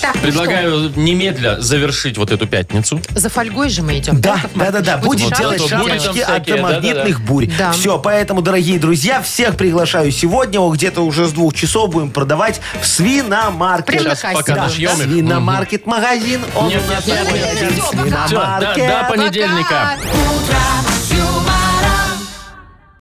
S4: Так, ну
S2: Предлагаю немедля завершить вот эту пятницу.
S4: что, за фольгой же мы идем,
S3: Да,
S4: Яков
S3: да, да,
S4: Маркович?
S3: да. Будем
S4: шапочки
S3: делать
S2: шапочки.
S3: шапочки
S2: Будем там всякие,
S3: антомагнитных бурь.
S4: Да.
S3: Все, поэтому, дорогие друзья, всех приглашаю сегодня. О, Где-то уже с двух часов будем продавать в свиномаркет.
S4: Прямо на кассе,
S2: пока
S4: да.
S2: нажьем их.
S3: Свиномаркет магазин. Он
S2: Нет,
S3: у нас
S2: нет,
S3: такой
S2: нет,
S3: один
S4: нет, нет, всё, пока.
S2: Всё, до- до
S3: свиномаркет.
S2: понедельника.
S4: Пока.